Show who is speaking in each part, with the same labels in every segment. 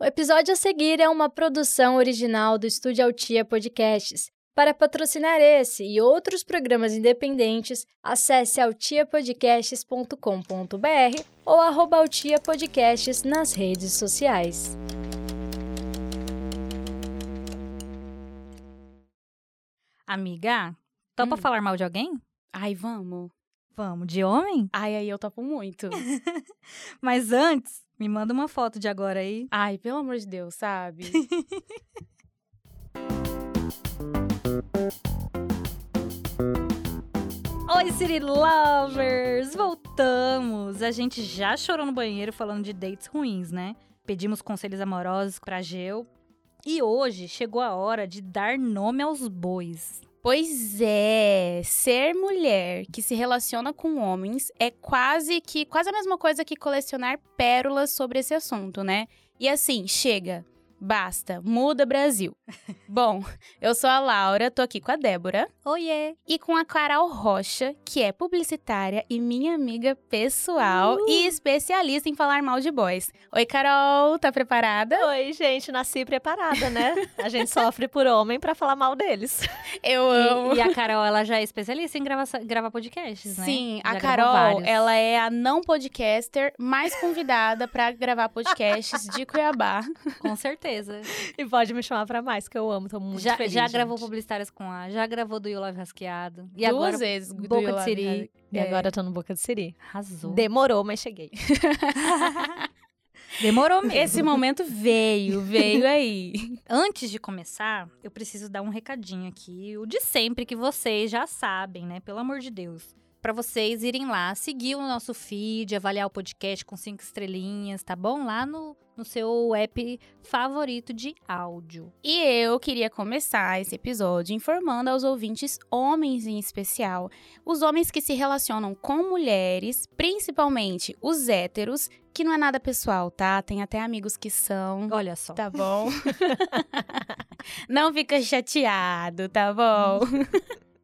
Speaker 1: O episódio a seguir é uma produção original do Estúdio Altia Podcasts. Para patrocinar esse e outros programas independentes, acesse altiapodcasts.com.br ou arroba Altia Podcasts nas redes sociais.
Speaker 2: Amiga, topa
Speaker 3: Hum.
Speaker 2: falar mal de alguém?
Speaker 3: Ai, vamos.
Speaker 2: Vamos, de homem?
Speaker 3: Ai, aí eu topo muito.
Speaker 2: Mas antes, me manda uma foto de agora aí.
Speaker 3: Ai, pelo amor de Deus, sabe?
Speaker 2: Oi, City Lovers! Voltamos! A gente já chorou no banheiro falando de dates ruins, né? Pedimos conselhos amorosos pra Geu. E hoje chegou a hora de dar nome aos bois.
Speaker 3: Pois é, ser mulher que se relaciona com homens é quase que quase a mesma coisa que colecionar pérolas sobre esse assunto, né? E assim, chega, basta, muda Brasil. Bom, eu sou a Laura, tô aqui com a Débora
Speaker 2: Oiê!
Speaker 3: e com a Carol Rocha, que é publicitária e minha amiga pessoal e especialista em falar mal de boys. Oi, Carol, tá preparada?
Speaker 4: Oi, gente, nasci preparada, né? A gente sofre por homem pra falar mal deles.
Speaker 3: Eu amo.
Speaker 2: E, e a Carol, ela já é especialista em grava, gravar podcasts, né?
Speaker 3: Sim,
Speaker 2: Já
Speaker 3: a
Speaker 2: gravou
Speaker 3: Carol,
Speaker 2: vários.
Speaker 3: ela é a não podcaster mais convidada pra gravar podcasts de Cuiabá.
Speaker 2: Com certeza.
Speaker 4: E pode me chamar pra mais, que eu amo, tô muito
Speaker 2: já
Speaker 4: feliz.
Speaker 2: já
Speaker 4: gente.
Speaker 2: gravou publicitárias com a, já gravou do You Love Rasqueado. E
Speaker 3: Duas
Speaker 2: agora
Speaker 3: vezes. do
Speaker 2: Boca de
Speaker 3: Yolanda.
Speaker 2: Siri.
Speaker 4: E
Speaker 2: é,
Speaker 4: agora eu tô no Boca de Siri.
Speaker 2: Arrasou.
Speaker 4: Demorou, mas cheguei.
Speaker 2: Demorou mesmo.
Speaker 3: Esse momento veio, veio aí.
Speaker 2: Antes de começar, eu preciso dar um recadinho aqui, o de sempre que vocês já sabem, né? Pelo amor de Deus. Pra vocês irem lá, seguir o nosso feed, avaliar o podcast com cinco estrelinhas, tá bom? Lá no, no seu app favorito de áudio.
Speaker 3: E eu queria começar esse episódio informando aos ouvintes, homens em especial, os homens que se relacionam com mulheres, principalmente os héteros, que não é nada pessoal, tá? Tem até amigos que são.
Speaker 2: Olha só.
Speaker 3: Tá bom. Não fica chateado, tá bom?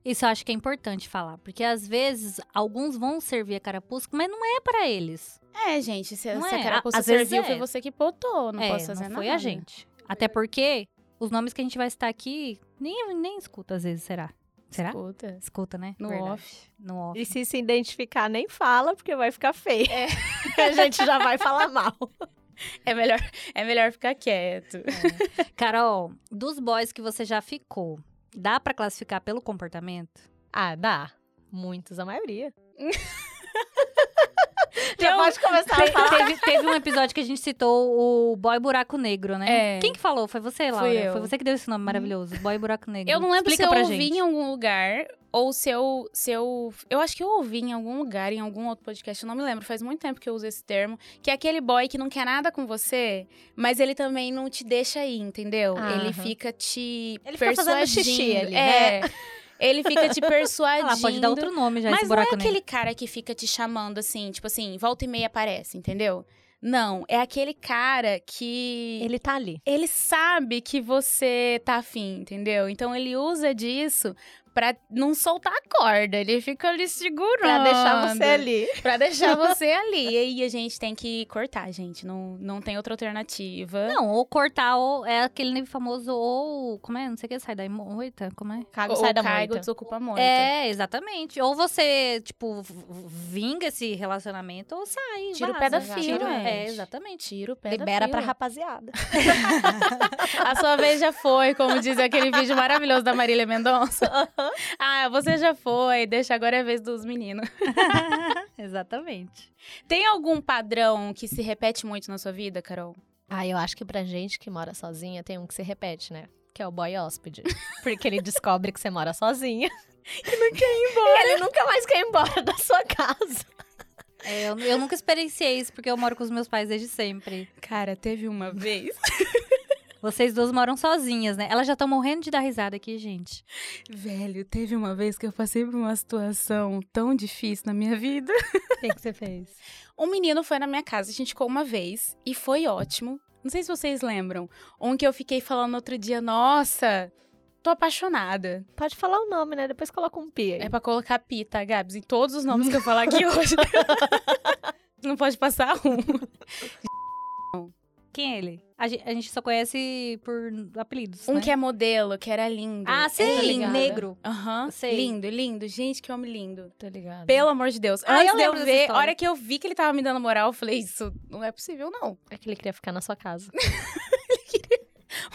Speaker 2: Isso eu acho que é importante falar, porque às vezes alguns vão servir a carapusca, mas não é pra eles.
Speaker 3: É, gente, se,
Speaker 2: Não
Speaker 3: se
Speaker 2: é?
Speaker 3: a carapuça
Speaker 2: Às vezes
Speaker 3: serviu,
Speaker 2: é.
Speaker 3: foi você que botou. Não
Speaker 2: é,
Speaker 3: posso fazer
Speaker 2: não
Speaker 3: nada. É
Speaker 2: foi a gente. Até porque os nomes que a gente vai citar aqui, nem, nem escuta às vezes, será? Será?
Speaker 3: Escuta.
Speaker 2: Escuta, né?
Speaker 3: No
Speaker 2: Verdade.
Speaker 3: off.
Speaker 2: No off.
Speaker 4: E se se identificar, nem fala, porque vai ficar feio. a gente já vai falar mal.
Speaker 3: É melhor, é melhor ficar quieto.
Speaker 2: Uhum. Carol, dos boys que você já ficou, dá pra classificar pelo comportamento?
Speaker 4: Ah, dá. Muitos, a maioria.
Speaker 3: Tem um-
Speaker 4: já pode começar a
Speaker 2: Te-
Speaker 4: falar.
Speaker 2: teve, teve um episódio que a gente citou o boy buraco negro, né?
Speaker 3: É.
Speaker 2: Quem que falou? Foi você, Laura?
Speaker 3: Fui eu.
Speaker 2: Foi você que deu esse nome maravilhoso, boy buraco negro.
Speaker 3: Eu não lembro
Speaker 2: Explica
Speaker 3: se
Speaker 2: pra
Speaker 3: eu ouvi
Speaker 2: gente.
Speaker 3: em algum lugar ou se eu, se eu. Eu acho que eu ouvi em algum lugar, em algum outro podcast, eu não me lembro, faz muito tempo que eu uso esse termo. Que é aquele boy que não quer nada com você, mas ele também não te deixa ir, entendeu?
Speaker 4: Ah,
Speaker 3: ele
Speaker 4: aham.
Speaker 3: fica te
Speaker 4: Ele fica
Speaker 3: persuadindo.
Speaker 4: fazendo xixi ali,
Speaker 3: é. Ele fica te
Speaker 2: Ah,
Speaker 3: persuadindo.
Speaker 2: lá, né? pode dar outro nome já, esse
Speaker 3: Mas não é
Speaker 2: buraco negro.
Speaker 3: aquele cara que fica te chamando assim, tipo assim, volta e meia aparece, entendeu? Não, é aquele cara que
Speaker 4: Ele tá ali.
Speaker 3: ele sabe que você tá afim, entendeu? Então ele usa disso pra não soltar a corda. Ele fica ali segurando.
Speaker 4: Pra deixar você ali.
Speaker 3: Pra deixar você ali. E aí a gente tem que cortar, gente. Não, não tem outra alternativa.
Speaker 2: Não, ou cortar, ou é aquele famoso, ou. Como é? Não sei o que, sai da moita? Como é?
Speaker 4: Cago
Speaker 3: Ou
Speaker 4: sai da
Speaker 3: caigo,
Speaker 4: moita.
Speaker 3: desocupa muito.
Speaker 2: É, exatamente. Ou você, tipo, v- v- vinga esse relacionamento, ou sai.
Speaker 3: Tira o
Speaker 2: vaza.
Speaker 3: pé da
Speaker 2: Tira-
Speaker 3: fila,
Speaker 2: É,
Speaker 3: gente.
Speaker 2: exatamente.
Speaker 3: Tiro, o pé da
Speaker 4: Libera pra
Speaker 3: fila.
Speaker 4: rapaziada.
Speaker 3: A sua vez já foi, como diz aquele vídeo maravilhoso da Marília Mendonça. ah, você já foi, deixa agora é a vez dos meninos.
Speaker 2: Exatamente.
Speaker 3: Tem algum padrão que se repete muito na sua vida, Carol?
Speaker 4: Ah, eu acho que pra gente que mora sozinha tem um que se repete, né? Que é o boy hóspede. Porque ele descobre que você mora sozinha. E não quer ir embora. Ele nunca mais quer ir embora da sua casa.
Speaker 2: É, eu, eu nunca experienciei isso, porque eu moro com os meus pais desde sempre.
Speaker 3: Cara, teve uma vez.
Speaker 2: Vocês duas moram sozinhas, né? Elas já estão morrendo de dar risada aqui, gente.
Speaker 3: Velho, teve uma vez que eu passei por uma situação tão difícil na minha vida.
Speaker 2: O que, você fez?
Speaker 3: Um menino foi na minha casa, a gente ficou uma vez e foi ótimo. Não sei se vocês lembram. Um que eu fiquei falando outro dia, nossa, tô apaixonada.
Speaker 4: Pode falar o nome, né? Depois coloca um pi aí.
Speaker 3: É pra colocar pi, tá, Gabs? Em todos os nomes que eu falar aqui hoje. Não pode passar um.
Speaker 2: Quem é ele? A gen- a gente, só conhece por apelidos,
Speaker 3: Um
Speaker 2: né?
Speaker 3: que é modelo, que era lindo.
Speaker 2: Ah,
Speaker 4: Tô
Speaker 2: sim,
Speaker 4: ligada.
Speaker 2: negro.
Speaker 3: Aham.
Speaker 2: Sei.
Speaker 3: Lindo, lindo. Gente, que homem lindo.
Speaker 4: Tô ligada.
Speaker 3: Pelo amor de Deus.
Speaker 2: Ah, eu
Speaker 3: Antes de eu
Speaker 2: lembro dessa
Speaker 3: ver, a
Speaker 2: história.
Speaker 3: hora que eu vi que ele tava me dando moral, eu falei, isso não é possível, não.
Speaker 4: É que ele queria ficar na sua casa.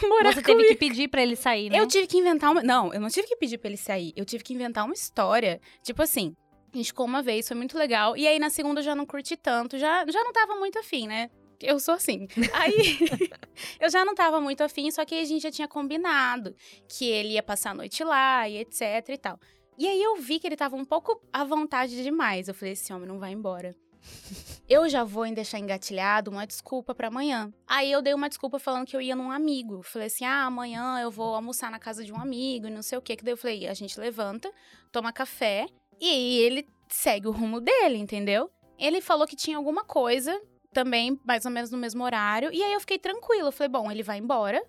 Speaker 3: Morar
Speaker 2: Você teve que pedir pra ele sair, né?
Speaker 3: Eu tive que inventar uma. Não, eu não tive que pedir pra ele sair. Eu tive que inventar uma história. Tipo assim, a gente ficou uma vez, foi muito legal. E aí na segunda eu já não curti tanto, já, já não tava muito afim, né? Eu sou assim. Aí eu já não tava muito afim, só que a gente já tinha combinado que ele ia passar a noite lá e etc e tal. E aí eu vi que ele tava um pouco à vontade demais. Eu falei, esse homem não vai embora. Eu já vou em deixar engatilhado uma desculpa pra amanhã. Aí eu dei uma desculpa falando que eu ia num amigo. Falei assim: ah, amanhã eu vou almoçar na casa de um amigo e não sei o quê. Que daí eu falei: a gente levanta, toma café e aí ele segue o rumo dele, entendeu? Ele falou que tinha alguma coisa também, mais ou menos no mesmo horário. E aí eu fiquei tranquila. Eu falei: bom, ele vai embora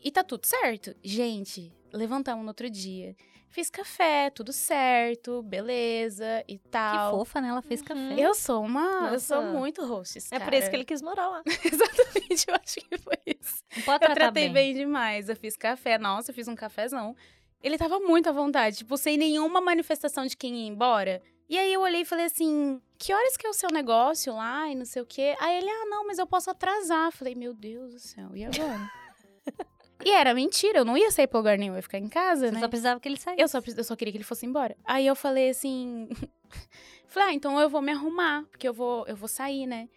Speaker 3: e tá tudo certo. Gente, levantamos no outro dia. Fiz café, tudo certo, beleza e
Speaker 2: Que
Speaker 3: tal.
Speaker 2: fofa, né? Ela fez café.
Speaker 3: Eu sou uma. Eu sou
Speaker 4: Nossa.
Speaker 3: muito hostess.
Speaker 4: É por
Speaker 3: cara.
Speaker 4: isso que ele quis morar lá.
Speaker 3: tá, Exatamente, eu acho que foi isso.
Speaker 2: Não pode
Speaker 3: eu
Speaker 2: tratar
Speaker 3: tratei É tá bem. demais. Eu fiz café. Nossa, eu fiz um cafezão. Ele tava muito à vontade, tipo, sem nenhuma manifestação de quem ia embora. E aí eu olhei e falei assim: que horas que é o seu negócio lá e não sei o quê? Aí ele, ah, não, mas eu posso atrasar. Eu Falei, meu Deus do céu, e agora? e era mentira, eu não ia sair pra lugar nenhum, eu ia ficar em casa,
Speaker 2: Você
Speaker 3: né?
Speaker 2: só precisava que ele saísse.
Speaker 3: Eu só, precis- eu só queria que ele fosse embora. Aí eu falei assim. falei, ah, então eu vou me arrumar, porque eu vou, eu vou sair, né?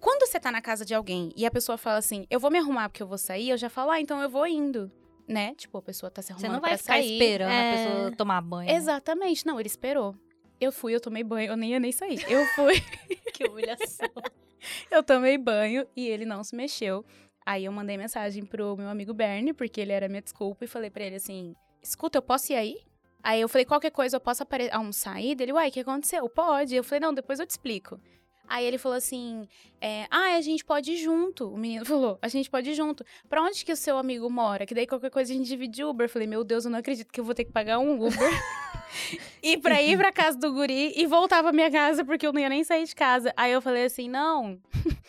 Speaker 3: Quando você tá na casa de alguém e a pessoa fala assim, eu vou me arrumar porque eu vou sair, eu já falo, ah, então eu vou indo. Né? Tipo, a pessoa tá se arrumando.
Speaker 2: Você não vai
Speaker 3: pra
Speaker 2: ficar
Speaker 3: sair.
Speaker 2: esperando
Speaker 3: É.
Speaker 2: a pessoa tomar banho.
Speaker 3: Exatamente. Não, ele esperou. Eu fui, eu tomei banho, eu nem ia nem sair. Eu fui,
Speaker 4: que humilhação.
Speaker 3: eu tomei banho e ele não se mexeu. Aí eu mandei mensagem pro meu amigo Bernie, porque ele era minha desculpa, e falei pra ele assim: escuta, eu posso ir aí? Aí eu falei, qualquer coisa, eu posso apare- Ah, almoçar aí? Daí Ele, uai, o que aconteceu? Pode. Eu falei, não, depois eu te explico. Aí ele falou assim, é, ah, a gente pode ir junto. O menino falou, a gente pode ir junto. Pra onde que o seu amigo mora? Que daí qualquer coisa a gente divide Uber. Eu falei, meu Deus, eu não acredito que eu vou ter que pagar um Uber. e pra ir pra casa do guri e voltar pra minha casa, porque eu não ia nem sair de casa. Aí eu falei assim, não...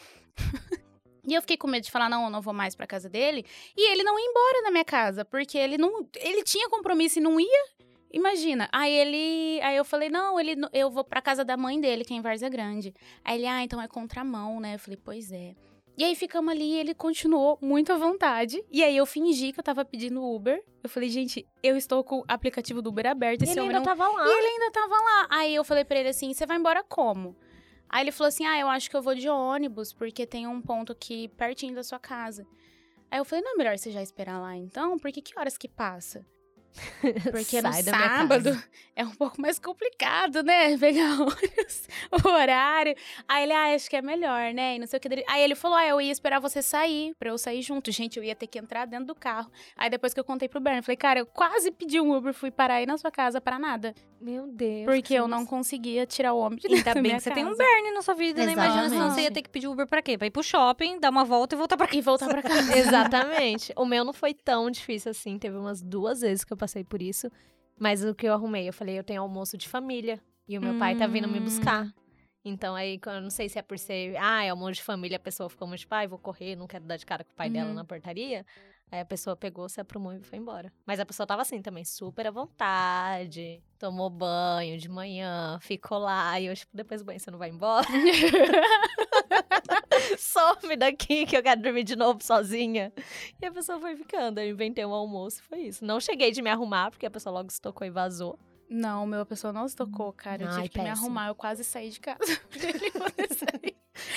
Speaker 3: E eu fiquei com medo de falar, não, eu não vou mais pra casa dele. E ele não ia embora da minha casa, porque ele não. Ele tinha compromisso e não ia. Imagina. Aí ele. Aí eu falei, não, ele, não- eu vou pra casa da mãe dele, que é em Várzea Grande. Aí ele, ah, então é contramão, né? Eu falei, pois é. E aí ficamos ali e ele continuou muito à vontade. E aí eu fingi que eu tava pedindo Uber. Eu falei, gente, eu estou com o aplicativo do Uber aberto. Esse
Speaker 4: Ele
Speaker 3: homem
Speaker 4: ainda
Speaker 3: não
Speaker 4: tava lá.
Speaker 3: e ele ainda tava lá. Aí eu falei pra ele assim: você vai embora como? Aí ele falou assim: ah, eu acho que eu vou de ônibus, porque tem um ponto aqui pertinho da sua casa. Aí eu falei: não é melhor você já esperar lá então? Porque que horas que passa? Porque no
Speaker 4: Sai da minha casa.
Speaker 3: sábado é um pouco mais complicado, né? Pegar ônibus, o horário. Aí ele, ah, acho que é melhor, né? E não sei o que. dele. Aí ele falou, ah, eu ia esperar você sair, pra eu sair junto. Gente, eu ia ter que entrar dentro do carro. Aí depois que eu contei pro Bernie, falei, cara, eu quase pedi um Uber, fui parar aí na sua casa pra nada.
Speaker 4: Meu Deus.
Speaker 3: Porque
Speaker 4: que
Speaker 3: eu não
Speaker 4: nossa.
Speaker 3: conseguia tirar o homem de dentro
Speaker 2: Ainda
Speaker 3: da
Speaker 2: bem
Speaker 3: minha
Speaker 2: que você tem um
Speaker 3: casa.
Speaker 2: Bernie na sua vida, né? Imagina se não,
Speaker 3: Exatamente.
Speaker 2: você ia ter que pedir Uber pra quê? Pra ir pro shopping, dar uma volta e voltar pra cá.
Speaker 3: E voltar pra casa.
Speaker 4: Exatamente. O meu não foi tão difícil assim. Teve umas duas vezes que eu passei por isso. Mas o que eu arrumei? Eu falei, eu tenho almoço de família. E o meu pai tá vindo me
Speaker 2: Hum.
Speaker 4: buscar. Então aí, quando- eu não sei se é por ser. Ah, é almoço de família, a pessoa ficou muito, pai, vou correr, não quero dar de cara com o pai dela
Speaker 3: Uhum.
Speaker 4: na portaria. Aí a pessoa pegou, se aprumou e foi embora. Mas a pessoa tava assim também, super à vontade. Tomou banho de manhã, ficou lá. E eu, tipo, depois do banho, você não vai embora? Some daqui que eu quero dormir de novo sozinha. E a pessoa foi ficando. Eu inventei um almoço e foi isso. Não cheguei de me arrumar, porque a pessoa logo se tocou e vazou.
Speaker 3: Não, meu, a pessoa não se tocou, cara. Eu
Speaker 4: Ai,
Speaker 3: tive que me
Speaker 4: péssimo.
Speaker 3: arrumar, eu quase saí de casa. pra ele poder sair.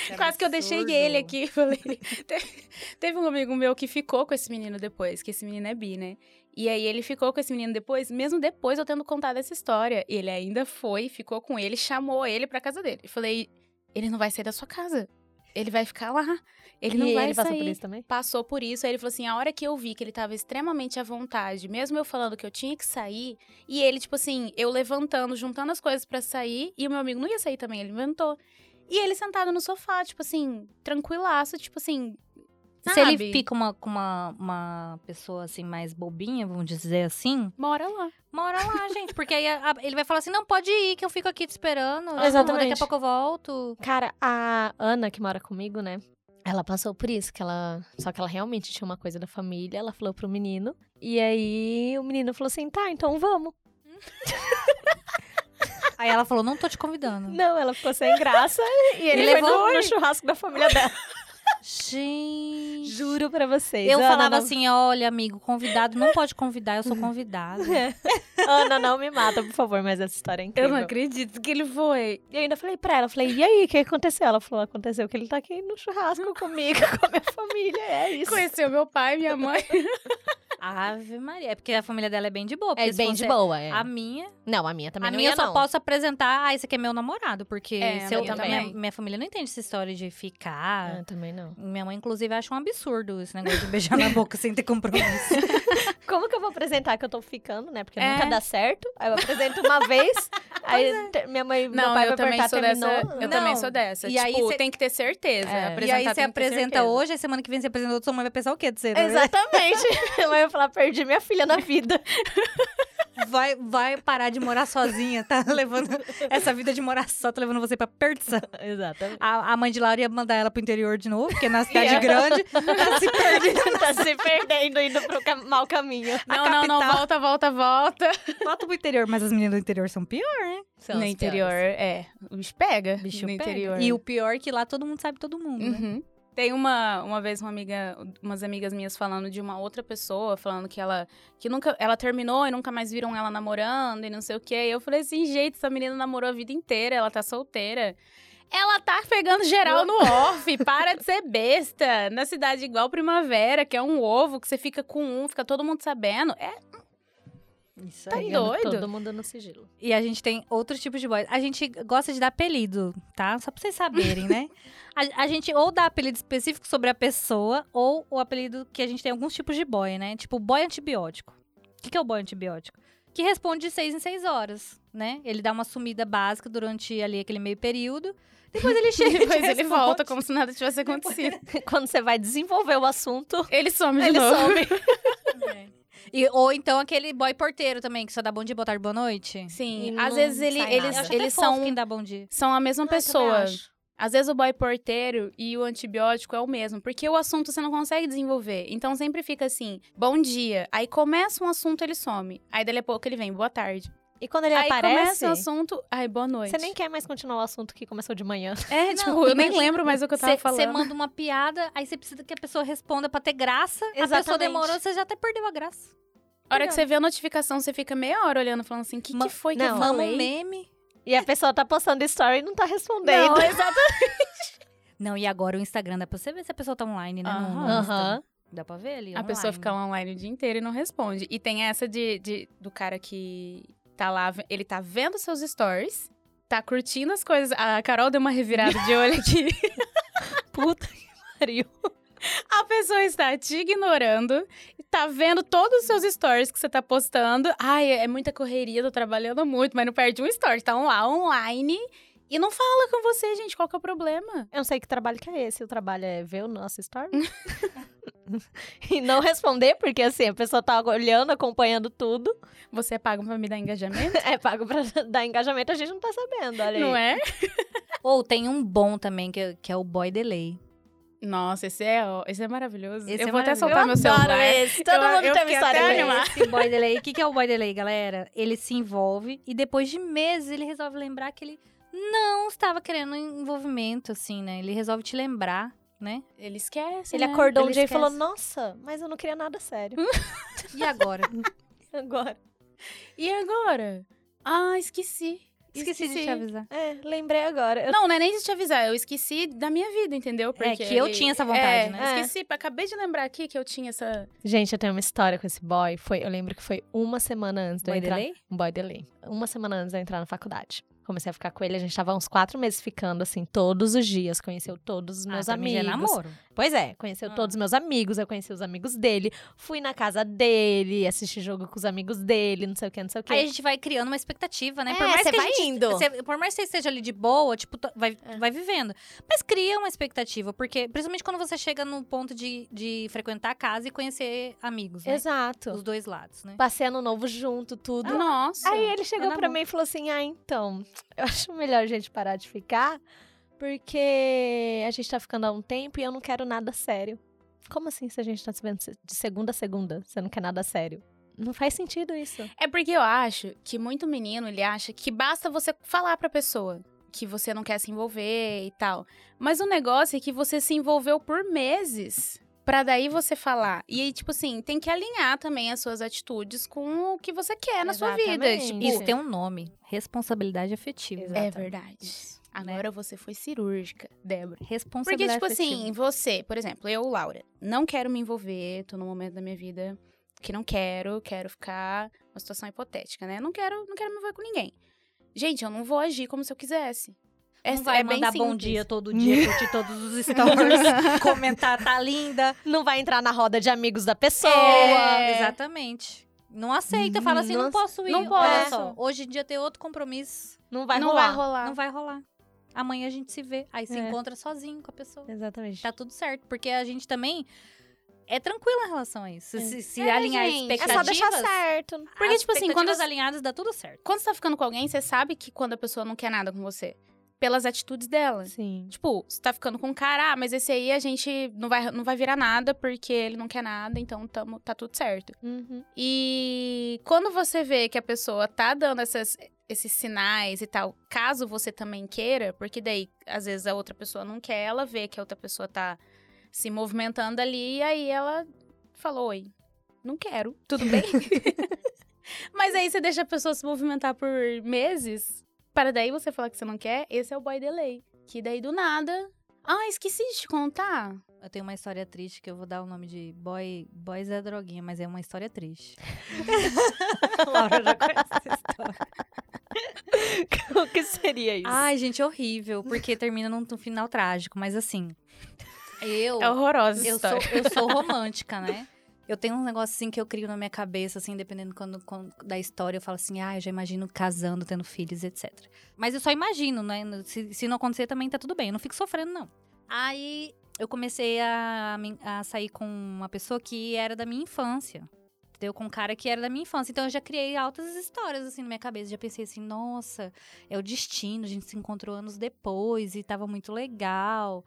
Speaker 4: é
Speaker 3: Quase que eu deixei ele aqui. Falei. Te- Teve um amigo meu que ficou com esse menino depois, que esse menino é bi, né? E aí ele ficou com esse menino depois, mesmo depois eu tendo contado essa história. Ele ainda foi, ficou com ele, chamou ele pra casa dele. Eu falei, ele não vai sair da sua casa. Ele vai ficar lá. Ele não
Speaker 4: e
Speaker 3: vai
Speaker 4: ele passou
Speaker 3: sair.
Speaker 4: por isso também?
Speaker 3: Passou por isso, aí ele falou assim: a hora que eu vi que ele tava extremamente à vontade, mesmo eu falando que eu tinha que sair, e ele, tipo assim, eu levantando, juntando as coisas pra sair, e o meu amigo não ia sair também, ele inventou. E ele sentado no sofá, tipo assim, tranquilaço, tipo assim.
Speaker 2: Se ele
Speaker 3: sabe?
Speaker 2: fica uma- com uma, uma pessoa assim mais bobinha, vamos dizer assim,
Speaker 3: Mora lá.
Speaker 2: mora lá, gente. Porque aí a- a- ele vai falar assim: não, pode ir, que eu fico aqui te esperando.
Speaker 4: Exatamente.
Speaker 2: Daqui a pouco eu volto.
Speaker 4: Cara, a Ana, que mora comigo, né? Ela passou por isso, que ela. Só que ela realmente tinha uma coisa da família, ela falou pro menino. E aí o menino falou assim: tá, então vamos.
Speaker 2: Aí ela falou, não tô te convidando.
Speaker 4: Não, ela ficou sem graça e ele,
Speaker 2: E
Speaker 4: levou
Speaker 2: levou
Speaker 4: no, no churrasco da família dela.
Speaker 2: Gente.
Speaker 4: Juro pra vocês.
Speaker 2: Eu
Speaker 4: Ana,
Speaker 2: falava
Speaker 4: não-
Speaker 2: assim, olha, amigo, convidado não pode convidar, eu sou convidado.
Speaker 4: Ana, não me mata, por favor, mas essa história é incrível.
Speaker 3: Eu não acredito que ele foi.
Speaker 4: E eu ainda falei pra ela, falei, e aí, o que aconteceu? Ela falou, aconteceu que ele tá aqui no churrasco comigo, com a minha família, é isso.
Speaker 3: Conheceu meu pai, minha mãe.
Speaker 2: Ave Maria. É porque a família dela é bem de boa. porque
Speaker 4: É
Speaker 2: se
Speaker 4: bem
Speaker 2: fosse
Speaker 4: de boa, é.
Speaker 2: A minha,
Speaker 4: Não, a minha também
Speaker 2: a
Speaker 4: não
Speaker 2: minha eu
Speaker 4: ia,
Speaker 2: só
Speaker 4: não.
Speaker 2: posso apresentar, ah, esse aqui é meu namorado, porque
Speaker 3: É,
Speaker 2: se
Speaker 3: a
Speaker 2: eu,
Speaker 4: minha
Speaker 2: minha,
Speaker 3: também.
Speaker 2: minha família não entende essa história de ficar.
Speaker 4: Ah, também não.
Speaker 2: Minha mãe, inclusive, acha um absurdo esse negócio de beijar na boca sem ter compromisso.
Speaker 4: Como que eu vou apresentar que eu tô ficando, né? Porque
Speaker 3: É.
Speaker 4: nunca dá certo. Aí eu apresento uma vez, aí
Speaker 2: é.
Speaker 4: te- minha mãe, meu
Speaker 3: Não,
Speaker 4: pai
Speaker 3: eu
Speaker 4: vai
Speaker 3: também
Speaker 4: perguntar,
Speaker 3: sou
Speaker 4: terminou.
Speaker 3: dessa. Eu também
Speaker 2: Não.
Speaker 3: sou dessa.
Speaker 2: E aí
Speaker 3: tipo,
Speaker 2: cê-
Speaker 3: tem que ter certeza.
Speaker 4: É. E aí
Speaker 2: e aí
Speaker 3: Apresentar
Speaker 2: você
Speaker 3: tem que ter
Speaker 2: apresenta
Speaker 3: certeza.
Speaker 2: hoje, a semana que vem você apresenta outra, sua mãe vai pensar o quê de você? né?
Speaker 4: Exatamente. Minha mãe vai falar, perdi minha filha na vida.
Speaker 2: Vai, vai parar de morar sozinha, tá? Levando essa vida de morar só, tá levando você pra perdição.
Speaker 4: Exatamente.
Speaker 2: A, a mãe de Laura ia mandar ela pro interior de novo, porque na cidade
Speaker 4: ela-
Speaker 2: grande tá se perdendo.
Speaker 4: tá se perdendo, indo pro ca- mau caminho.
Speaker 3: Não,
Speaker 2: a
Speaker 3: não, não,
Speaker 2: capital.
Speaker 3: volta, volta, volta.
Speaker 2: Volta pro interior, mas as meninas do interior são pior, né?
Speaker 4: São
Speaker 3: no
Speaker 4: as
Speaker 3: interior,
Speaker 4: piores.
Speaker 3: é. O bicho pega.
Speaker 2: Bicho
Speaker 3: no
Speaker 2: pega.
Speaker 3: interior.
Speaker 2: E o pior é que lá todo mundo sabe todo mundo, né?
Speaker 3: Uhum. Tem uma, uma vez uma amiga, umas amigas minhas falando de uma outra pessoa, falando que ela que nunca ela terminou e nunca mais viram ela namorando e não sei o quê. E eu falei assim, jeito, essa menina namorou a vida inteira, ela tá solteira. Ela tá pegando geral no off, para de ser besta. Na cidade igual Primavera, que é um ovo que você fica com um, fica todo mundo sabendo. É,
Speaker 4: Isso
Speaker 3: Tá
Speaker 2: é
Speaker 4: aí.
Speaker 3: doido?
Speaker 4: Todo mundo no sigilo.
Speaker 2: E a gente tem outros tipos de boys. A gente gosta de dar apelido, tá? Só pra vocês saberem, né? A, a gente ou dá apelido específico sobre a pessoa, ou o apelido que a gente tem alguns tipos de boy, né? Tipo, boy antibiótico. O que, que é o boy antibiótico? Que responde de seis em seis horas, né? Ele dá uma sumida básica durante ali aquele meio período. Depois ele chega e
Speaker 3: depois ele
Speaker 2: responde.
Speaker 3: volta como se nada tivesse acontecido.
Speaker 4: Quando você vai desenvolver o assunto,
Speaker 3: Ele some de
Speaker 4: ele
Speaker 3: novo.
Speaker 4: some.
Speaker 2: E, ou então aquele boy porteiro também, que só dá bom dia, boa tarde, boa noite.
Speaker 4: E
Speaker 3: Sim,
Speaker 4: não
Speaker 3: às vezes ele-
Speaker 4: sai
Speaker 3: eles,
Speaker 2: Eu acho
Speaker 4: nada.
Speaker 2: até
Speaker 3: eles
Speaker 2: fofo
Speaker 3: são,
Speaker 2: quem dá bom dia.
Speaker 3: são a mesma
Speaker 2: Não, eu também
Speaker 3: pessoa.
Speaker 2: acho.
Speaker 3: Às vezes o boy porteiro e o antibiótico é o mesmo, porque o assunto você não consegue desenvolver. Então sempre fica assim, bom dia. Aí começa um assunto, ele some. Aí dali a pouco ele vem, boa tarde.
Speaker 4: E quando ele
Speaker 3: aí
Speaker 4: aparece,
Speaker 3: começa um assunto, ai, boa noite.
Speaker 4: você nem quer mais continuar o assunto que começou de manhã.
Speaker 3: É, tipo, eu nem lembro mais o que eu tava
Speaker 2: Você
Speaker 3: falando.
Speaker 2: manda uma piada, aí você precisa que a pessoa responda pra ter graça. A pessoa
Speaker 4: Exatamente.
Speaker 2: demorou, você já até perdeu a graça.
Speaker 3: A hora que você vê a notificação, você fica meia hora olhando, falando assim, o que,
Speaker 2: Ma-
Speaker 3: que foi que
Speaker 4: não,
Speaker 3: eu
Speaker 2: Manda
Speaker 3: falei?
Speaker 2: um meme.
Speaker 4: E a pessoa tá postando story e não tá respondendo.
Speaker 3: não, exato.
Speaker 2: Não, e agora o Instagram dá pra você ver se a pessoa tá online, né?
Speaker 3: Aham.
Speaker 2: No- no Instagram.
Speaker 4: Aham.
Speaker 2: Dá pra ver ali.
Speaker 3: A pessoa
Speaker 2: online.
Speaker 3: fica lá online o dia inteiro e não responde. E tem essa de, de- do cara que tá lá, ele tá vendo seus stories, tá curtindo as coisas. A Carol deu uma revirada de olho aqui.
Speaker 4: Puta que pariu.
Speaker 3: A pessoa está te ignorando, tá vendo todos os seus stories que você tá postando. Ai, é muita correria, tô trabalhando muito, mas não perde um story. Tá um lá online e não fala com você, gente. Qual que é o problema?
Speaker 4: Eu não sei que trabalho que é esse. O trabalho é ver o nosso story. e não responder, porque assim, a pessoa tá olhando, acompanhando tudo.
Speaker 3: Você é pago pra me dar engajamento?
Speaker 4: É pago pra dar engajamento, a gente não tá sabendo, olha aí.
Speaker 3: não é?
Speaker 2: Ou tem um bom também, que, é- que é o boy delay.
Speaker 3: Nossa, esse é, ó, esse é maravilhoso.
Speaker 2: Esse
Speaker 3: eu
Speaker 2: é
Speaker 3: vou até
Speaker 2: maravilhoso.
Speaker 3: soltar meu celular.
Speaker 4: esse. é. Todo
Speaker 3: Eu-
Speaker 4: mundo
Speaker 3: eu
Speaker 4: tem uma
Speaker 3: fiquei até
Speaker 4: história com
Speaker 3: animada.
Speaker 4: esse.
Speaker 2: Esse boy delay. O que, que é o boy delay, galera? Ele se envolve e depois de meses ele resolve lembrar que ele não estava querendo envolvimento, assim, né? Ele resolve te lembrar, né?
Speaker 3: Ele esquece.
Speaker 4: Ele Hum?
Speaker 3: né?
Speaker 4: acordou um dia
Speaker 2: esquece.
Speaker 4: e falou, nossa, mas eu não queria nada sério.
Speaker 2: E agora?
Speaker 4: Agora.
Speaker 3: E agora? Ah, esqueci.
Speaker 2: Esqueci, de te avisar.
Speaker 4: É, lembrei agora. Eu
Speaker 3: Não, não é nem de te avisar, eu esqueci da minha vida, entendeu? Porque
Speaker 2: que eu
Speaker 3: ele-
Speaker 2: tinha essa vontade,
Speaker 3: É,
Speaker 2: né?
Speaker 3: Esqueci, acabei de lembrar aqui que eu tinha essa.
Speaker 4: Gente, eu tenho uma história com esse boy. Foi, eu lembro que foi uma semana antes de eu
Speaker 2: Boy
Speaker 4: entrar.
Speaker 2: delay?
Speaker 4: Um boy delay. Uma semana antes de eu entrar na faculdade. Comecei a ficar com ele, a gente tava uns quatro meses ficando, assim, todos os dias. Conheceu todos os meus
Speaker 2: ah, pra mim
Speaker 4: amigos.
Speaker 2: já é namoro.
Speaker 4: Pois é, conheceu
Speaker 3: Ah.
Speaker 4: todos os meus amigos, eu conheci os amigos dele, fui na casa dele, assisti jogo com os amigos dele, não sei o que, não sei o que.
Speaker 2: Aí a gente vai criando uma expectativa, né?
Speaker 4: É,
Speaker 2: por mais
Speaker 4: você
Speaker 2: que a
Speaker 4: vai
Speaker 2: gente-
Speaker 4: indo.
Speaker 2: você- por mais que você esteja ali de boa, tipo, to- vai, vai vivendo. Mas cria uma expectativa, porque principalmente quando você chega no ponto de, de frequentar a casa e conhecer amigos, né? Os
Speaker 4: Exato.
Speaker 2: dois lados, né?
Speaker 4: Passei ano novo junto, tudo.
Speaker 3: Nossa.
Speaker 4: Aí ele chegou
Speaker 2: Ana
Speaker 4: pra mim e falou assim: Ah, então, eu acho melhor a gente parar de ficar, Porque a gente tá ficando há um tempo e eu não quero nada sério. Como assim se a gente tá se vendo se- de segunda a segunda? Você não quer nada sério? Não faz sentido isso.
Speaker 3: É porque eu acho que muito menino, ele acha que basta você falar pra pessoa que você não quer se envolver e tal. Mas o negócio é que você se envolveu por meses pra daí você falar. E aí, tipo assim, tem que alinhar também as suas atitudes com o que você quer na sua vida.
Speaker 4: Exatamente.
Speaker 3: Tipo,
Speaker 2: Isso tem um nome. Responsabilidade afetiva.
Speaker 3: é
Speaker 4: Exatamente.
Speaker 3: verdade. Agora você foi cirúrgica, Débora. Né? Porque,
Speaker 2: Responsabilidade
Speaker 3: tipo
Speaker 2: afetiva.
Speaker 3: assim, você, por exemplo, eu, Laura, não quero me envolver, tô num momento da minha vida que não quero, quero ficar uma situação hipotética, né? Não quero, não quero me envolver com ninguém. Gente, eu não vou agir como se eu quisesse. É,
Speaker 2: Não vai
Speaker 3: é bem
Speaker 2: mandar bom
Speaker 3: simples.
Speaker 2: dia todo dia, curtir todos os stories, comentar tá linda.
Speaker 4: Não vai entrar na roda de amigos da pessoa.
Speaker 2: É, exatamente. Não aceita, fala assim, não
Speaker 4: Nossa,
Speaker 2: posso ir.
Speaker 3: não
Speaker 2: Olha
Speaker 3: posso.
Speaker 2: só, hoje em dia tem outro compromisso,
Speaker 4: Não vai
Speaker 3: não
Speaker 4: rolar.
Speaker 3: vai rolar.
Speaker 2: não vai rolar. Amanhã a gente se vê, aí se
Speaker 4: É.
Speaker 2: encontra sozinho com a pessoa.
Speaker 4: Exatamente.
Speaker 2: Tá tudo certo, porque a gente também é tranquila em relação a isso. Se, se
Speaker 4: É,
Speaker 2: alinhar
Speaker 4: gente,
Speaker 2: expectativas...
Speaker 4: É só deixar certo.
Speaker 3: Porque,
Speaker 2: as
Speaker 3: tipo assim, quando
Speaker 2: expectativas
Speaker 3: as-
Speaker 2: alinhadas dá tudo certo.
Speaker 3: Quando você tá ficando com alguém, você sabe que quando a pessoa não quer nada com você. Pelas atitudes dela.
Speaker 4: Sim.
Speaker 3: Tipo, você tá ficando com um cara, ah, mas esse aí a gente não vai, não vai virar nada porque ele não quer nada, então tamo, tá tudo certo.
Speaker 4: Uhum.
Speaker 3: E quando você vê que a pessoa tá dando essas- esses sinais e tal, caso você também queira, porque daí, às vezes, a outra pessoa não quer, ela vê que a outra pessoa tá se movimentando ali, e aí ela falou: Oi, não quero, tudo bem? Mas aí você deixa a pessoa se movimentar por meses, para daí você falar que você não quer, esse é o boy delay. Que daí do nada. Ah, esqueci de te contar.
Speaker 2: Eu tenho uma história triste que eu vou dar o nome de Boy, Boys é Droguinha, mas é uma história triste. Laura já conhece essa história.
Speaker 4: o que seria isso?
Speaker 2: Ai, gente, horrível, porque termina num, num final trágico, mas assim. Eu,
Speaker 3: É horrorosa essa
Speaker 2: eu, sou,
Speaker 3: história.
Speaker 2: eu sou romântica, né? Eu tenho um negócio assim que eu crio na minha cabeça, assim, dependendo quando, quando- da história, eu falo assim, ah, eu já imagino casando, tendo filhos, etc. Mas eu só imagino, né? Se, se não acontecer também tá tudo bem, eu não fico sofrendo, não. Aí eu comecei a, me- a sair com uma pessoa que era da minha infância. Entendeu? Com um cara que era da minha infância. Então eu já criei altas histórias assim na minha cabeça. Já pensei assim, nossa, é o destino, a gente se encontrou anos depois e tava muito legal.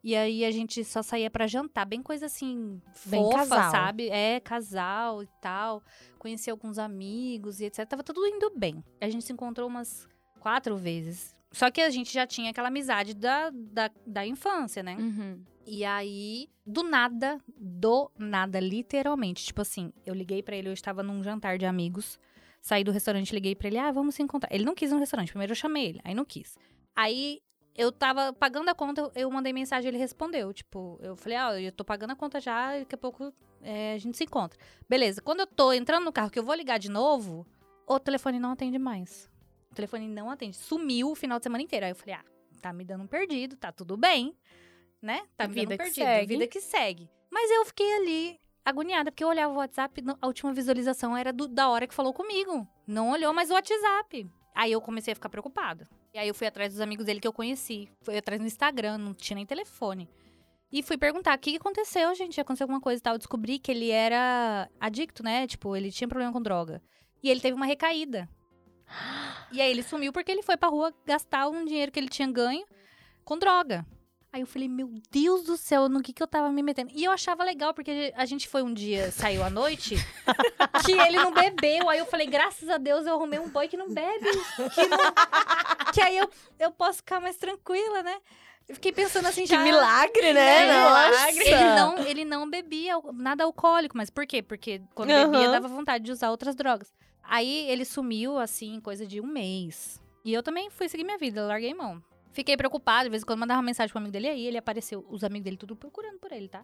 Speaker 2: E aí a gente só saía pra jantar, bem coisa assim,
Speaker 4: Bem
Speaker 2: fofa,
Speaker 4: casal.
Speaker 2: sabe? É, casal e tal. Conheci alguns amigos e etc. Tava tudo indo bem. A gente se encontrou umas quatro vezes. Só que a gente já tinha aquela amizade da, da, da infância, né?
Speaker 3: Uhum.
Speaker 2: E aí, do nada, do nada, literalmente. Tipo assim, eu liguei pra ele, eu estava num jantar de amigos. Saí do restaurante, liguei pra ele, ah, vamos se encontrar. Ele não quis ir no restaurante, primeiro eu chamei ele, aí não quis. Aí eu tava pagando a conta, eu- eu mandei mensagem, ele respondeu. Tipo, eu falei, ah, eu tô pagando a conta já, daqui a pouco é, a gente se encontra. Beleza, quando eu tô entrando no carro que eu vou ligar de novo, o telefone não atende mais. O telefone não atende. Sumiu o final de semana inteiro. Aí eu falei, ah, tá me dando um perdido, tá tudo bem, né? Tá me
Speaker 3: Vida
Speaker 2: dando um
Speaker 3: que
Speaker 2: perdido,
Speaker 3: segue.
Speaker 2: vida que segue. Mas eu fiquei ali agoniada, porque eu olhava o WhatsApp, não- a última visualização era do- da hora que falou comigo. Não olhou mais o WhatsApp. Aí eu comecei a ficar preocupada. E aí eu fui atrás dos amigos dele que eu conheci. Fui atrás no Instagram, não tinha nem telefone. E fui perguntar, o que que aconteceu, gente? Aconteceu alguma coisa e tal. Eu descobri que ele era adicto, né? Tipo, ele tinha problema com droga. E ele teve uma recaída. E aí ele sumiu porque ele foi pra rua gastar um dinheiro que ele tinha ganho com droga. Aí eu falei, meu Deus do céu, no que que eu tava me metendo? E eu achava legal, porque a gente foi um dia, saiu à noite, que ele não bebeu. Aí eu falei, graças a Deus eu arrumei um boy que não bebe. Que, não- que aí eu, eu posso ficar mais tranquila, né? Eu fiquei pensando assim, já...
Speaker 4: milagre, né?
Speaker 2: Ele-
Speaker 4: Nossa.
Speaker 2: Ele não, ele não bebia al- nada alcoólico, mas por quê? Porque quando bebia
Speaker 4: Aham.
Speaker 2: dava vontade de usar outras drogas. Aí ele sumiu, assim, coisa de um mês. E eu também fui seguir minha vida, larguei mão. Fiquei preocupada, de vez em quando mandava uma mensagem pro amigo dele, aí ele apareceu, os amigos dele tudo procurando por ele, tá?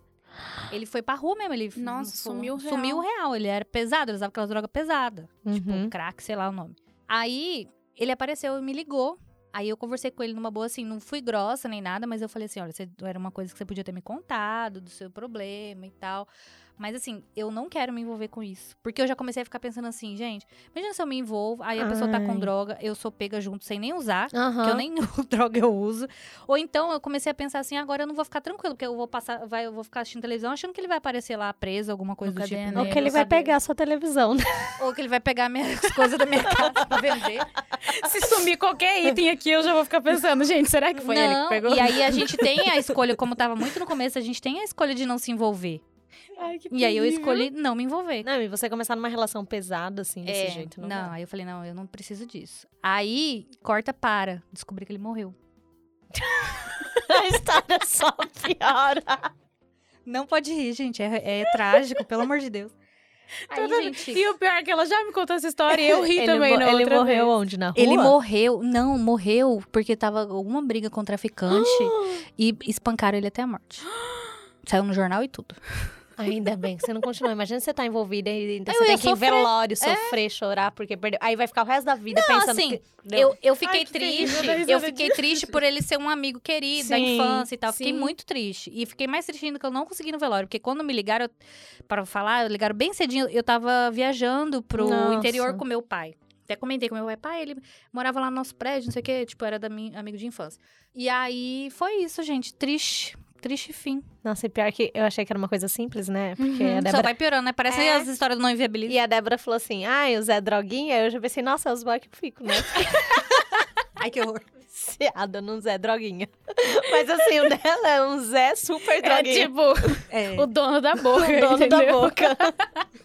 Speaker 2: Ele foi pra rua mesmo, ele... f-
Speaker 3: Nossa,
Speaker 2: foi-
Speaker 3: sumiu o real.
Speaker 2: Sumiu o real, ele era pesado, ele usava aquelas drogas pesadas. Tipo,
Speaker 4: Uhum.
Speaker 2: crack, sei lá o nome. Aí ele apareceu e me ligou. Aí eu conversei com ele numa boa, assim, não fui grossa nem nada, mas eu falei assim: olha, você, era uma coisa que você podia ter me contado, do seu problema e tal. Mas assim, eu não quero me envolver com isso. Porque eu já comecei a ficar pensando assim, gente, imagina se eu me envolvo, aí a pessoa tá com
Speaker 4: Ai.
Speaker 2: droga, eu sou pega junto sem nem usar.
Speaker 4: Aham.
Speaker 2: Que eu nem droga eu uso. Ou então eu comecei a pensar assim, agora eu não vou ficar tranquilo, porque eu vou passar, vai, eu vou ficar assistindo televisão achando que ele vai aparecer lá preso, alguma coisa
Speaker 3: No
Speaker 2: do tipo.
Speaker 3: caderno,
Speaker 2: né?
Speaker 4: Ou
Speaker 3: Eu
Speaker 4: que ele
Speaker 2: Não
Speaker 4: vai
Speaker 2: sabia.
Speaker 4: pegar a sua televisão. né?
Speaker 2: Ou que ele vai pegar minhas coisas da minha casa pra vender.
Speaker 3: Se sumir qualquer item aqui, eu já vou ficar pensando, gente, será que foi ele que
Speaker 2: Não,
Speaker 3: pegou?
Speaker 2: E aí a gente tem a escolha, como tava muito no começo, a gente tem a escolha de não se envolver.
Speaker 4: Ai, que
Speaker 2: E aí eu
Speaker 4: terrível.
Speaker 2: escolhi Uhum. não me envolver.
Speaker 4: Não, e você começar numa relação pesada, assim, desse
Speaker 2: É,
Speaker 4: jeito. Não,
Speaker 2: Não,
Speaker 4: dá.
Speaker 2: aí eu falei, não, eu não preciso disso. Aí, corta, para. Descobri que ele morreu.
Speaker 4: A história é só piora.
Speaker 2: Não pode rir, gente. É, é trágico, pelo amor de Deus. Aí,
Speaker 3: Toda-
Speaker 2: gente.
Speaker 3: E o pior é que ela já me contou essa história e eu ri também
Speaker 4: mo-
Speaker 3: na
Speaker 4: ele
Speaker 3: outra
Speaker 4: morreu
Speaker 3: vez.
Speaker 4: onde? Na rua?
Speaker 2: Ele morreu, não, morreu porque tava alguma briga com o traficante e espancaram ele até a morte. Saiu no jornal e tudo.
Speaker 4: Ainda bem que você não continua. Imagina você tá envolvida e ainda
Speaker 2: Eu
Speaker 4: você
Speaker 2: ia
Speaker 4: tem que ir em
Speaker 2: sofrer.
Speaker 4: velório, sofrer, chorar, porque perdeu. Aí vai ficar o resto da vida pensando
Speaker 2: assim,
Speaker 4: que... Deu.
Speaker 2: Eu, eu fiquei
Speaker 3: Ai, que terrível,
Speaker 2: triste.
Speaker 3: dá risada
Speaker 2: Eu fiquei triste por ele ser um amigo querido da
Speaker 4: Sim,
Speaker 2: infância e tal. Fiquei
Speaker 4: sim.
Speaker 2: muito triste. E fiquei mais triste ainda que eu não consegui ir no velório. Porque quando me ligaram, eu- para falar, ligaram bem cedinho. Eu tava viajando pro
Speaker 4: Nossa.
Speaker 2: interior com meu pai. Até comentei com meu pai, pai, ele morava lá no nosso prédio, não sei o quê, tipo, era da minha, amigo de infância. E aí foi isso, gente. Triste. Triste fim.
Speaker 4: Nossa, e pior que eu achei que era uma coisa simples, né? Porque
Speaker 3: Uhum.
Speaker 4: a
Speaker 2: Só
Speaker 4: Débora...
Speaker 2: vai piorando, né? Parece
Speaker 4: É.
Speaker 2: as histórias do não inviabilismo.
Speaker 4: E a Débora falou assim, ah, o Zé Droguinha. Eu já pensei, nossa, é os boy que eu fico, né?
Speaker 2: Ai, que horror.
Speaker 4: Viciada num Zé Droguinha. Mas assim, o dela é um Zé super
Speaker 3: É
Speaker 4: droguinha.
Speaker 3: tipo
Speaker 2: É.
Speaker 3: o dono da boca,
Speaker 4: o dono da
Speaker 3: entendeu?
Speaker 4: boca.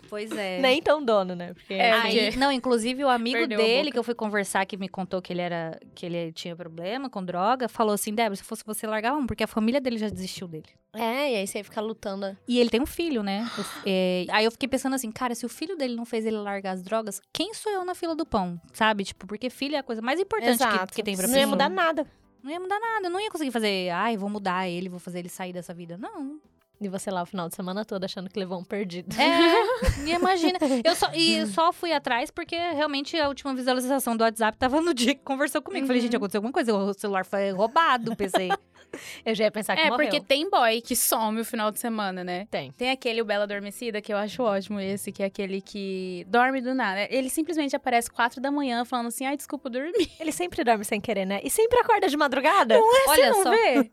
Speaker 2: Pois é.
Speaker 4: Nem tão dono, né? Porque...
Speaker 3: É,
Speaker 2: Aí,
Speaker 3: porque-
Speaker 2: não, inclusive o amigo
Speaker 3: Perdeu a
Speaker 2: dele
Speaker 3: boca.
Speaker 2: que eu fui conversar, que me contou que ele era que ele tinha problema com droga, falou assim: Débora, se fosse você largava um, porque a família dele já desistiu dele.
Speaker 4: É, e aí você fica lutando.
Speaker 2: E ele tem um filho, né? Eu- é, aí eu fiquei pensando assim, cara, se o filho dele não fez ele largar as drogas, quem sou eu na fila do pão? Sabe? Tipo, porque filho é a coisa mais importante que, que tem pra
Speaker 4: Não
Speaker 2: pessoa.
Speaker 4: ia mudar nada.
Speaker 2: Não ia mudar nada, eu não ia conseguir fazer, ai, vou mudar ele, vou fazer ele sair dessa vida. Não,
Speaker 4: E você lá o final de semana todo achando que levou um perdido.
Speaker 2: É, e imagina. Eu só, e
Speaker 3: Hum.
Speaker 2: eu só fui atrás porque realmente a última visualização do WhatsApp tava no dia que conversou comigo. Falei,
Speaker 3: Uhum.
Speaker 2: gente, aconteceu alguma coisa, o celular foi roubado, pensei.
Speaker 4: Eu já ia pensar que
Speaker 3: É,
Speaker 4: morreu.
Speaker 3: porque tem boy que some o final de semana, né?
Speaker 4: Tem.
Speaker 3: Tem aquele o Bela Adormecida, que eu acho ótimo esse, que é aquele que dorme do nada. Ele simplesmente aparece quatro da manhã falando assim, ai, desculpa, eu dormi.
Speaker 4: Ele sempre dorme sem querer, né? E sempre acorda de madrugada.
Speaker 2: Olha
Speaker 3: Não
Speaker 2: só.
Speaker 3: vê?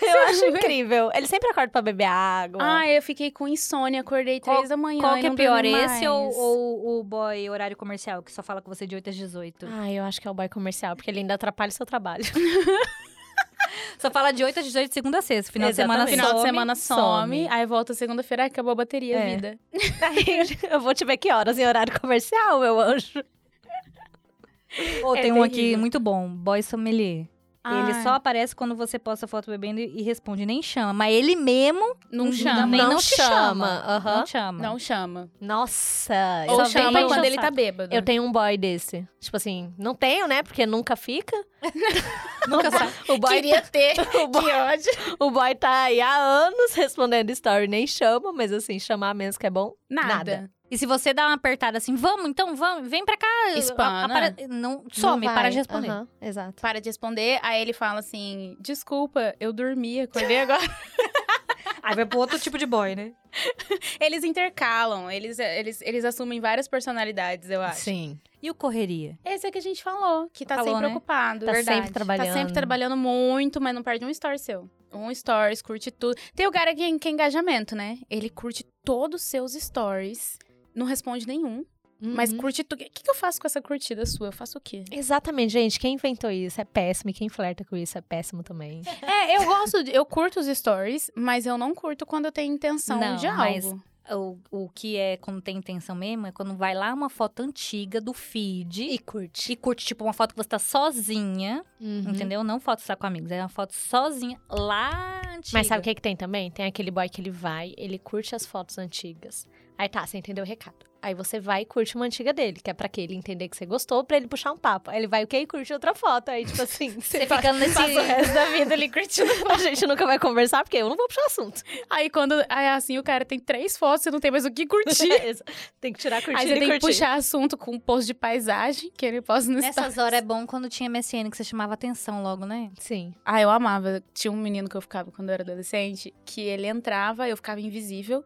Speaker 4: Eu acho incrível. Ele sempre acorda pra beber água.
Speaker 3: Ah, eu fiquei com insônia, acordei
Speaker 2: Qual-
Speaker 3: três da manhã
Speaker 2: Qual
Speaker 3: e
Speaker 2: que é
Speaker 3: não
Speaker 2: pior,
Speaker 3: dormi
Speaker 2: esse ou,
Speaker 3: mais.
Speaker 2: ou o boy horário comercial, que só fala com você de 8 às 18?
Speaker 4: Ah, eu acho que é o boy comercial, porque ele ainda atrapalha o seu trabalho.
Speaker 2: Só fala de 8 às 18 de segunda a sexta. Final de semana
Speaker 4: Exatamente.
Speaker 3: Final
Speaker 2: some.
Speaker 3: de semana some,
Speaker 4: some.
Speaker 3: aí volta segunda-feira, acabou a bateria,
Speaker 4: É.
Speaker 3: vida.
Speaker 4: Aí, eu vou te ver que horas em horário comercial, meu anjo.
Speaker 2: Ou
Speaker 3: É
Speaker 2: tem um aqui
Speaker 3: terrível. Ah.
Speaker 2: muito bom, boy sommelier. Ele
Speaker 3: Ai,
Speaker 2: só aparece quando você posta foto bebendo e e responde, nem chama. Mas ele mesmo
Speaker 3: não
Speaker 2: não-
Speaker 3: chama.
Speaker 2: nem-
Speaker 3: Não,
Speaker 2: não te chama.
Speaker 4: Aham.
Speaker 2: não chama.
Speaker 3: chama.
Speaker 4: Nossa.
Speaker 3: Ou
Speaker 4: só
Speaker 2: vem
Speaker 3: chama
Speaker 4: tenho-
Speaker 2: encher
Speaker 3: quando
Speaker 2: o
Speaker 3: ele tá
Speaker 2: saco.
Speaker 3: bêbado.
Speaker 4: Eu tenho um boy desse. Tipo assim, não tenho, né? Porque nunca fica.
Speaker 2: Nunca sai.
Speaker 4: O boy,
Speaker 3: ter,
Speaker 4: o boy
Speaker 3: que ódio.
Speaker 4: O boy tá aí há anos respondendo story, nem chama, mas assim, chamar menos que é bom.
Speaker 3: Nada.
Speaker 2: E se você dá uma apertada assim, vamos, então, vamos, vem pra cá.
Speaker 3: Espana.
Speaker 2: apare- Não, some,
Speaker 4: Não vai.
Speaker 2: para de responder.
Speaker 4: Aham, exato.
Speaker 3: Para de responder, aí ele fala assim, desculpa, eu dormi, acordei agora.
Speaker 2: Aí vai pro outro tipo de boy, né?
Speaker 3: Eles intercalam, eles, eles, eles assumem várias personalidades, eu acho.
Speaker 4: Sim.
Speaker 2: E o correria?
Speaker 3: Esse é que a gente falou, que tá
Speaker 2: Falou,
Speaker 3: sempre
Speaker 2: né?
Speaker 3: ocupado.
Speaker 4: Tá
Speaker 3: verdade.
Speaker 4: sempre trabalhando.
Speaker 3: Tá sempre trabalhando muito, mas não perde um story seu. Um stories, curte tudo. Tem o cara que, que é engajamento, né? Ele curte todos os seus stories, não responde nenhum,
Speaker 4: Uhum.
Speaker 3: mas curte tudo. O que, que eu faço com essa curtida sua? Eu faço o quê?
Speaker 4: Exatamente, gente. Quem inventou isso é péssimo e quem flerta com isso é péssimo também.
Speaker 3: É, eu gosto, de- eu curto os stories, mas eu não curto quando eu tenho intenção
Speaker 2: Não,
Speaker 3: de
Speaker 2: mas-
Speaker 3: algo.
Speaker 2: O, o que é quando tem intenção mesmo é quando vai lá uma foto antiga do feed e,
Speaker 4: curte. Uhum.
Speaker 2: curte, tipo, uma foto que você tá sozinha, entendeu? Não foto só com amigos, é uma foto sozinha lá antiga.
Speaker 4: Mas sabe o que, que tem também? Tem aquele boy que ele vai, ele curte as fotos antigas. Aí tá, você entendeu o recado. Aí você vai e curte uma antiga dele, que é pra que ele entender que você gostou, pra ele puxar um papo. Aí ele vai o quê? E curte outra foto. Aí, tipo assim,
Speaker 2: Você
Speaker 4: você fala,
Speaker 2: fica nesse.
Speaker 4: passa o resto da vida
Speaker 3: Ele curtindo.
Speaker 4: A gente nunca vai conversar, porque eu não vou puxar assunto.
Speaker 3: Aí quando. Aí assim, o cara tem três fotos, você não tem mais o que curtir.
Speaker 4: tem que tirar curtir
Speaker 3: Aí
Speaker 4: e
Speaker 3: você tem que
Speaker 4: curtir.
Speaker 3: puxar assunto com um post de paisagem que ele posta no
Speaker 2: Nessas
Speaker 3: Stories.
Speaker 2: horas é bom quando tinha MSN que você chamava atenção logo, né?
Speaker 4: Sim.
Speaker 3: Ah, eu amava. Tinha um menino que eu ficava quando eu era adolescente, que ele entrava, eu ficava invisível.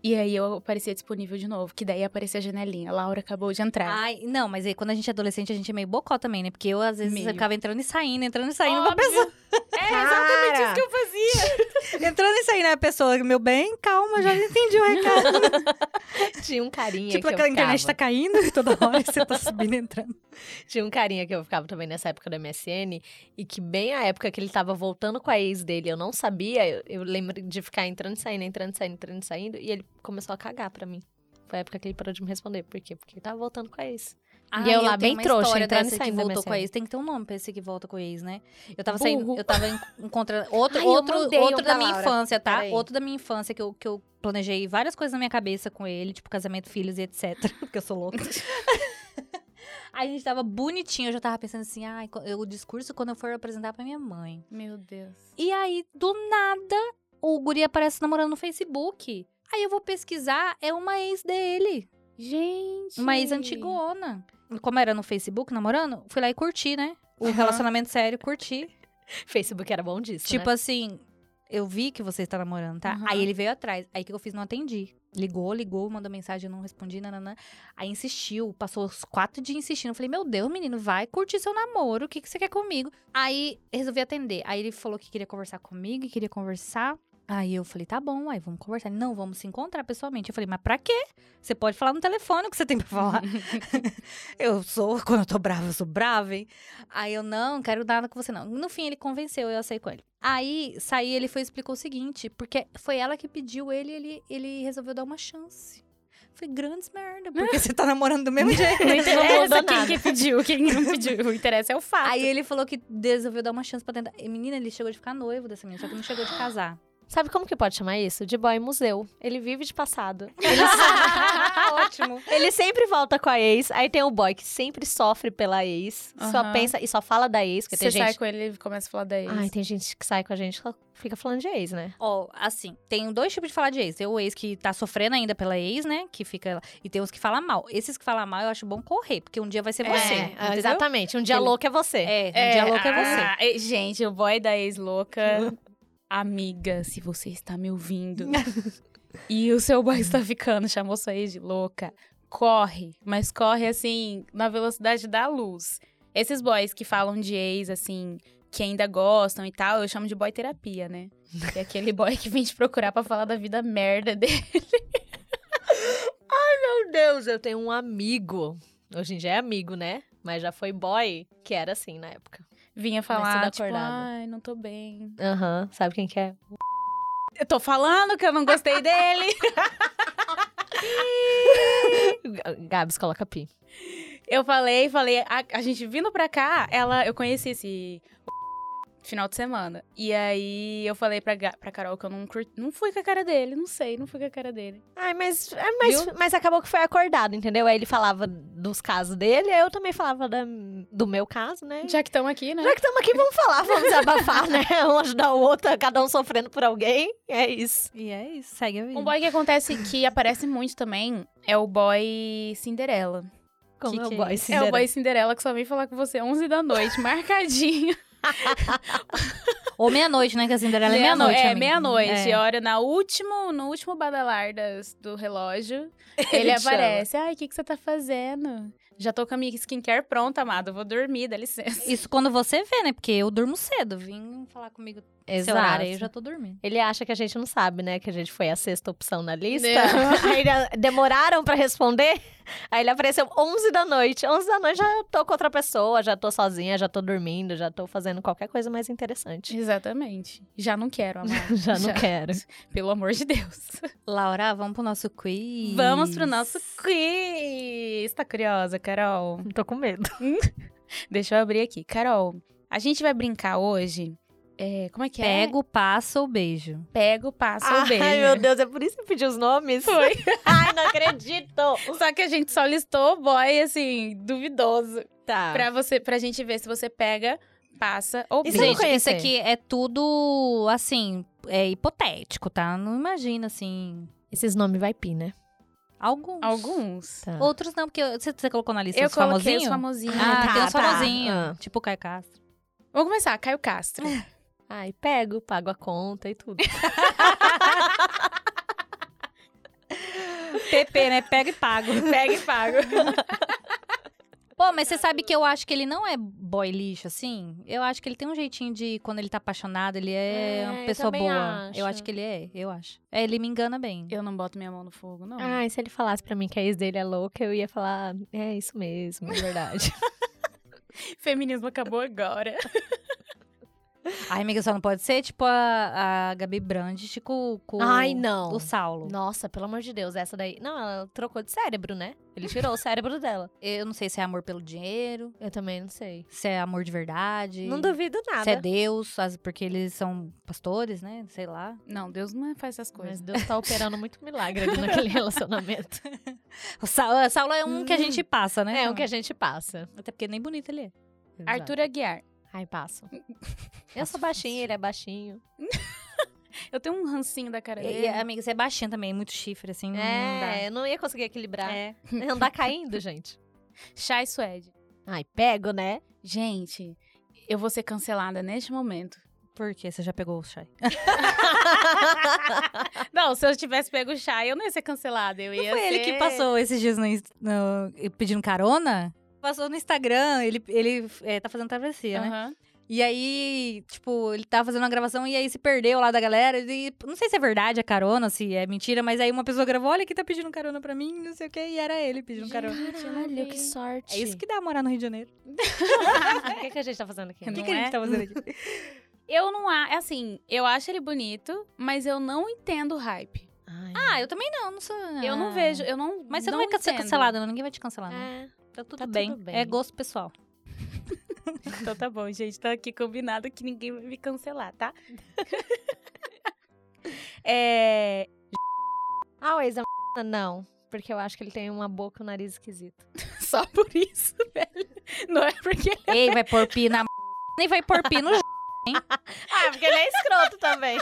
Speaker 3: E aí eu aparecia disponível de novo, que daí aparecia a janelinha. Laura acabou de
Speaker 4: É.
Speaker 3: entrar.
Speaker 2: Ai, não, mas aí quando a gente é adolescente, a gente é meio bocó também, né? Porque eu, às vezes,
Speaker 3: Meio.
Speaker 2: eu ficava entrando e saindo, entrando e saindo da
Speaker 3: Óbvio.
Speaker 2: pessoa.
Speaker 3: é
Speaker 4: exatamente isso que
Speaker 3: eu fazia.
Speaker 2: entrando e saindo da né, pessoa. Meu bem, calma, já entendi o recado.
Speaker 4: Tinha um carinha
Speaker 2: tipo,
Speaker 4: que eu
Speaker 2: aquela
Speaker 4: ficava.
Speaker 2: internet tá caindo toda hora e você tá subindo e entrando.
Speaker 4: Tinha um carinha que eu ficava também nessa época do MSN. E que bem a época que ele tava voltando com a ex dele, eu não sabia. Eu, eu lembro de ficar entrando e saindo, entrando e saindo, entrando e saindo. E ele começou a cagar pra mim. Foi a época que ele parou de me responder. Por quê? Porque ele tava voltando com a ex. E eu lá,
Speaker 2: tenho
Speaker 4: bem
Speaker 2: uma
Speaker 4: trouxa,
Speaker 2: história
Speaker 4: entrando e
Speaker 2: dessa que
Speaker 4: saindo da
Speaker 2: voltou com a
Speaker 4: MSN.
Speaker 2: ex. Tem que ter um nome pra esse que volta com a ex, né? Eu tava saindo,
Speaker 4: Burro.
Speaker 2: eu tava en- encontrando outro,
Speaker 4: Ai, eu
Speaker 2: outro,
Speaker 4: mandei um
Speaker 2: outro da,
Speaker 4: da
Speaker 2: minha
Speaker 4: Laura.
Speaker 2: infância, tá?
Speaker 4: Peraí.
Speaker 2: Outro da minha infância que eu, que eu planejei várias coisas na minha cabeça com ele, tipo casamento, filhos e etc. Porque eu sou louca. Aí a gente tava bonitinho, eu já tava pensando assim, ai, co- eu- o discurso quando eu for apresentar pra minha mãe.
Speaker 3: Meu Deus.
Speaker 2: E aí, do nada, o guri aparece namorando no Facebook. Aí eu vou pesquisar, é uma ex dele.
Speaker 3: Gente.
Speaker 2: Uma ex antigona. Como era no Facebook, namorando, fui lá e curti, né? O
Speaker 3: Aham.
Speaker 2: relacionamento sério, curti.
Speaker 4: Facebook era bom disso.
Speaker 2: Tipo
Speaker 4: né?
Speaker 2: assim, eu vi que você está namorando, tá?
Speaker 3: Aham.
Speaker 2: Aí ele veio atrás. Aí o que eu fiz? Não atendi. Ligou, ligou, mandou mensagem, eu não respondi, nananã. Aí insistiu, passou os quatro dias insistindo. Eu falei, meu Deus, menino, vai curtir seu namoro, o que, que você quer comigo? Aí resolvi atender. Aí ele falou que queria conversar comigo, que queria conversar. Aí eu falei, tá bom, aí vamos conversar. Ele, não, vamos se encontrar pessoalmente. Eu falei, mas pra quê? Você pode falar no telefone o que você tem pra falar. eu sou, quando eu tô brava, eu sou brava, hein? Aí eu, não, quero nada com você, não. No fim, ele convenceu, eu saí com ele. Aí, saí, ele foi e explicou o seguinte, porque foi ela que pediu ele, ele, ele resolveu dar uma chance. Foi grandes merda, porque você tá namorando do mesmo jeito.
Speaker 4: Não
Speaker 3: interessa
Speaker 4: mudou
Speaker 3: quem
Speaker 4: nada.
Speaker 3: que pediu, quem não pediu. O interesse é o fato.
Speaker 2: Aí ele falou que resolveu dar uma chance pra tentar. E, menina, ele chegou de ficar noivo dessa menina, só que não chegou de casar.
Speaker 4: Sabe como que pode chamar isso? De boy museu. Ele vive de passado.
Speaker 2: Ótimo.
Speaker 4: Ele sempre volta com a ex. Aí tem o boy que sempre sofre pela ex. Só
Speaker 3: Aham.
Speaker 4: pensa e só fala da ex. Porque
Speaker 3: Você
Speaker 4: tem
Speaker 3: sai
Speaker 4: gente...
Speaker 3: com ele e começa a falar da ex.
Speaker 4: Ai, tem gente que sai com a gente e fica falando de ex, né?
Speaker 2: Ó, assim, tem dois tipos de falar de ex. Tem o ex que tá sofrendo ainda pela ex, né? Que fica. E tem os que falam mal. Esses que falam mal, eu acho bom correr, porque um dia vai ser
Speaker 3: É,
Speaker 2: você.
Speaker 4: É,
Speaker 2: entendeu?
Speaker 4: exatamente. Um dia
Speaker 2: Ele-
Speaker 4: louco é você.
Speaker 2: É, um dia louco é você.
Speaker 3: ah, é, gente, o boy da ex louca. Amiga, se você está me ouvindo e o seu boy está ficando, chamou sua ex de louca, corre, mas corre assim, na velocidade da luz. Esses boys que falam de ex, assim, que ainda gostam e tal, eu chamo de boy terapia, né? Que é aquele boy que vem te procurar pra falar da vida merda dele.
Speaker 4: Meu Deus, eu tenho um amigo. Hoje em dia é amigo, né? Mas já foi boy, que era assim na época.
Speaker 3: Vinha
Speaker 4: tudo
Speaker 3: falar, tipo,
Speaker 4: acordado.
Speaker 3: ai, não tô bem.
Speaker 4: Aham, sabe quem que é?
Speaker 3: Eu tô falando que eu não gostei dele.
Speaker 4: Gabs coloca pi.
Speaker 3: Eu falei, falei, a, a gente vindo pra cá, ela, eu conheci esse final de semana. E aí eu falei pra, Ga- pra Carol que eu não curti, não fui com a cara dele, não sei, não fui com a cara dele.
Speaker 4: Ai, mas, é, mas, mas acabou que foi acordado, entendeu? Aí ele falava dos casos dele, aí eu também falava da- do meu caso, né?
Speaker 3: Já que estamos aqui, né?
Speaker 4: Já que estamos aqui, vamos falar, vamos desabafar, né? Um ajudar o outro, cada um sofrendo por alguém. É isso.
Speaker 2: E é isso, segue a vida.
Speaker 3: Um boy que acontece que aparece muito também é o boy Cinderela.
Speaker 4: Como
Speaker 2: Que
Speaker 4: é o
Speaker 2: que é
Speaker 4: boy
Speaker 2: isso?
Speaker 3: É o
Speaker 4: cinzento.
Speaker 3: boy Cinderela que só vem falar com você 11 da noite, marcadinho.
Speaker 2: Ou meia-noite, né? Que a Cinderela é meia-noite.
Speaker 3: É,
Speaker 2: amiga.
Speaker 3: meia-noite.
Speaker 2: É.
Speaker 3: Hora na último, no último badalar das- do relógio,
Speaker 4: Ele
Speaker 3: ele
Speaker 4: te chama.
Speaker 3: aparece. Ai, o que, que você tá fazendo? Já tô com a minha skincare pronta, amado. Vou dormir, dá licença.
Speaker 2: Isso quando você vê, né? Porque eu durmo cedo. Vim falar comigo esse horário aí, eu já tô dormindo.
Speaker 4: Ele acha que a gente não sabe, né? Que a gente foi a sexta opção na lista.
Speaker 3: Não.
Speaker 4: Aí ele- demoraram pra responder. Aí ele apareceu 11 da noite. 11 da noite já tô com outra pessoa, já tô sozinha, já tô dormindo, já tô fazendo qualquer coisa mais interessante.
Speaker 3: Exatamente. Já não quero, amado.
Speaker 4: Já não quero.
Speaker 3: Pelo amor de Deus.
Speaker 2: Laura, vamos pro nosso quiz.
Speaker 3: Vamos pro nosso quiz. Tá curiosa, Carol?
Speaker 4: Tô com medo.
Speaker 3: Deixa eu abrir aqui. Carol, a gente vai brincar hoje. é, como é que é?
Speaker 2: Pego, passo ou beijo?
Speaker 3: Pego, passo ou beijo.
Speaker 4: Ai, meu Deus, é por isso que pediu os nomes?
Speaker 3: Foi.
Speaker 4: Ai, não acredito!
Speaker 3: Só que a gente só listou o boy, assim, duvidoso.
Speaker 4: Tá.
Speaker 3: Pra, você, pra gente ver se você pega, passa ou
Speaker 4: E se
Speaker 3: brinca.
Speaker 4: eu não
Speaker 2: Gente, isso
Speaker 4: conhecer?
Speaker 2: aqui é tudo, assim, é hipotético, tá? Não imagina, assim,
Speaker 4: Esses nomes vai pi, né?
Speaker 2: alguns.
Speaker 3: Alguns.
Speaker 4: Tá.
Speaker 2: Outros não, porque você, você colocou na lista
Speaker 3: eu
Speaker 2: os
Speaker 3: coloquei os
Speaker 2: famosinhos?
Speaker 3: famosinhos.
Speaker 2: Ah,
Speaker 4: Ah,
Speaker 2: tem os
Speaker 4: tá, tá.
Speaker 2: famosinhos.
Speaker 4: Ah.
Speaker 2: Tipo o Caio Castro.
Speaker 3: Vamos começar, Caio Castro.
Speaker 4: Ai, pego, pago a conta e tudo.
Speaker 2: PP, né? Pega e pago.
Speaker 4: Pega e pago.
Speaker 2: Pô, mas você sabe que eu acho que ele não é boy lixo, assim? Eu acho que ele tem um jeitinho de, quando ele tá apaixonado, ele é,
Speaker 4: É,
Speaker 2: uma
Speaker 4: eu
Speaker 2: pessoa
Speaker 4: também
Speaker 2: boa. Eu
Speaker 4: acho.
Speaker 2: acho que ele é, eu acho. É, ele me engana bem.
Speaker 3: Eu não boto minha mão no fogo, não.
Speaker 4: Ai, se ele falasse pra mim que a ex dele é louca, eu ia falar, é isso mesmo, é verdade.
Speaker 3: Feminismo acabou agora.
Speaker 2: Ai, amiga, só não pode ser tipo a, a Gabi Brandt com, com
Speaker 4: Ai, não.
Speaker 2: o Saulo.
Speaker 4: Nossa, pelo amor de Deus, essa daí. Não, ela trocou de cérebro, né? Ele tirou o cérebro dela.
Speaker 2: Eu não sei se é amor pelo dinheiro,
Speaker 4: Eu também não sei.
Speaker 2: se é amor de verdade.
Speaker 4: Não duvido nada.
Speaker 2: Se é Deus, as- porque eles são pastores, né? Sei lá.
Speaker 3: Não, Deus não faz essas
Speaker 4: Mas
Speaker 3: coisas.
Speaker 4: Deus tá operando muito milagre ali naquele relacionamento.
Speaker 2: O Saulo, Saulo é um que a
Speaker 3: Hum.
Speaker 2: gente passa, né?
Speaker 4: É o que a gente passa.
Speaker 2: Até porque nem bonito ele é.
Speaker 3: Arthur Aguiar.
Speaker 4: Ai, passo. Eu sou baixinha, ele é baixinho.
Speaker 3: Eu tenho um rancinho da cara
Speaker 2: E,
Speaker 3: dele.
Speaker 2: e, amiga, você é baixinha também, muito chifre, assim. não- não dá.
Speaker 4: É, eu não ia conseguir equilibrar.
Speaker 2: É.
Speaker 4: Andar caindo, gente.
Speaker 3: Chai Suede.
Speaker 4: Ai, pego, né?
Speaker 3: Gente, eu vou ser cancelada neste momento.
Speaker 2: Por quê? Você já pegou o chai?
Speaker 3: Não, se eu tivesse pego o Chai, eu não ia ser cancelada. Eu ia
Speaker 2: Foi ele que
Speaker 3: ser-
Speaker 2: passou esses dias no, ins- no- pedindo carona? Passou no Instagram, ele, ele é, tá fazendo travessia, né?
Speaker 3: Aham.
Speaker 2: E aí, tipo, ele tava fazendo uma gravação e aí se perdeu lá da galera. E não sei se é verdade a carona, se é mentira, mas aí uma pessoa gravou: olha, quem tá pedindo carona pra mim, não sei o quê, e era ele pedindo carona.
Speaker 4: Caralho, que sorte.
Speaker 2: É isso que dá morar no Rio de Janeiro.
Speaker 4: O que, que a gente tá fazendo aqui?
Speaker 2: O que,
Speaker 3: Não
Speaker 2: que a gente
Speaker 3: é?
Speaker 2: tá fazendo aqui?
Speaker 3: Eu não acho. Assim, eu acho ele bonito, mas eu não entendo o hype.
Speaker 4: Ai,
Speaker 2: ah, eu também não, não sou.
Speaker 3: Eu não vejo, eu não.
Speaker 2: Mas você não, vai ser
Speaker 3: entendo.
Speaker 2: cancelado, não. ninguém vai te cancelar, não.
Speaker 4: é.
Speaker 2: Tá tudo,
Speaker 4: tá tudo
Speaker 2: bem.
Speaker 4: bem.
Speaker 2: É gosto pessoal.
Speaker 3: Então tá bom, gente. Tá aqui combinado que ninguém vai me cancelar, tá? é.
Speaker 4: Ah, o ex da m****, não. Porque eu acho que ele tem uma boca e um nariz esquisito.
Speaker 3: Só por isso, velho. Não é porque.
Speaker 2: Ei, vai pôr pi na. Nem vai pôr pi no.
Speaker 4: Ah, porque ele é escroto também.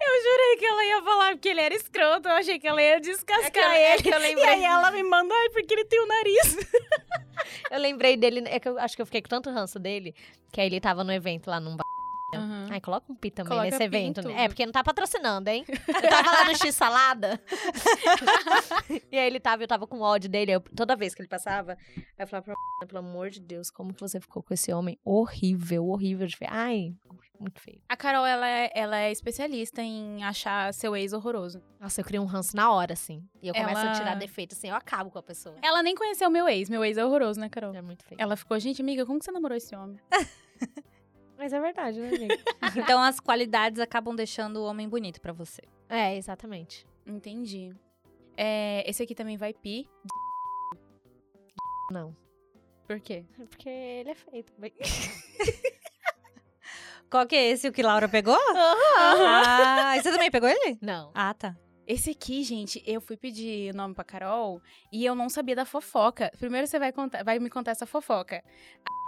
Speaker 3: Eu jurei que ela ia falar porque ele era escroto. Eu achei É que ela ia descascar ele.
Speaker 4: É eu
Speaker 3: E aí ela me manda, ai, porque ele tem o nariz.
Speaker 4: Eu lembrei dele, é que eu acho que eu fiquei com tanto ranço dele, que aí ele tava no evento lá num bar. Ai, coloca um pi também
Speaker 3: Coloca
Speaker 4: nesse
Speaker 3: pi em
Speaker 4: evento.
Speaker 3: tudo.
Speaker 4: né? É, porque não tá patrocinando, hein? Eu tava lá no X Salada. e aí ele tava, eu tava com ódio dele. eu- toda vez que ele passava, aí eu falava pra m****, pelo amor de Deus, como que você ficou com esse homem horrível, horrível de feio. Ai, muito feio.
Speaker 3: A Carol, ela é, ela é especialista em achar seu ex horroroso.
Speaker 4: Nossa, eu crio um ranço na hora, assim. E eu começo
Speaker 3: Ela-
Speaker 4: a tirar defeito, assim, eu acabo com a pessoa.
Speaker 3: Ela nem conheceu meu ex. Meu ex é horroroso, né, Carol?
Speaker 4: É muito feio.
Speaker 3: Ela ficou, gente, amiga, como que você namorou esse homem?
Speaker 4: Mas é verdade, né, amiga?
Speaker 2: Então as qualidades acabam deixando o homem bonito pra você.
Speaker 4: é, exatamente.
Speaker 3: Entendi. É, esse aqui também vai pi.
Speaker 4: Não.
Speaker 3: Por quê?
Speaker 4: Porque ele é feio também.
Speaker 2: Qual que é esse? O que Laura pegou? Ah, e você também pegou ele?
Speaker 4: Não.
Speaker 2: Ah, tá.
Speaker 3: Esse aqui, gente, eu fui pedir nome pra Carol e eu não sabia da fofoca. Primeiro você vai, contar, vai me contar essa fofoca. A-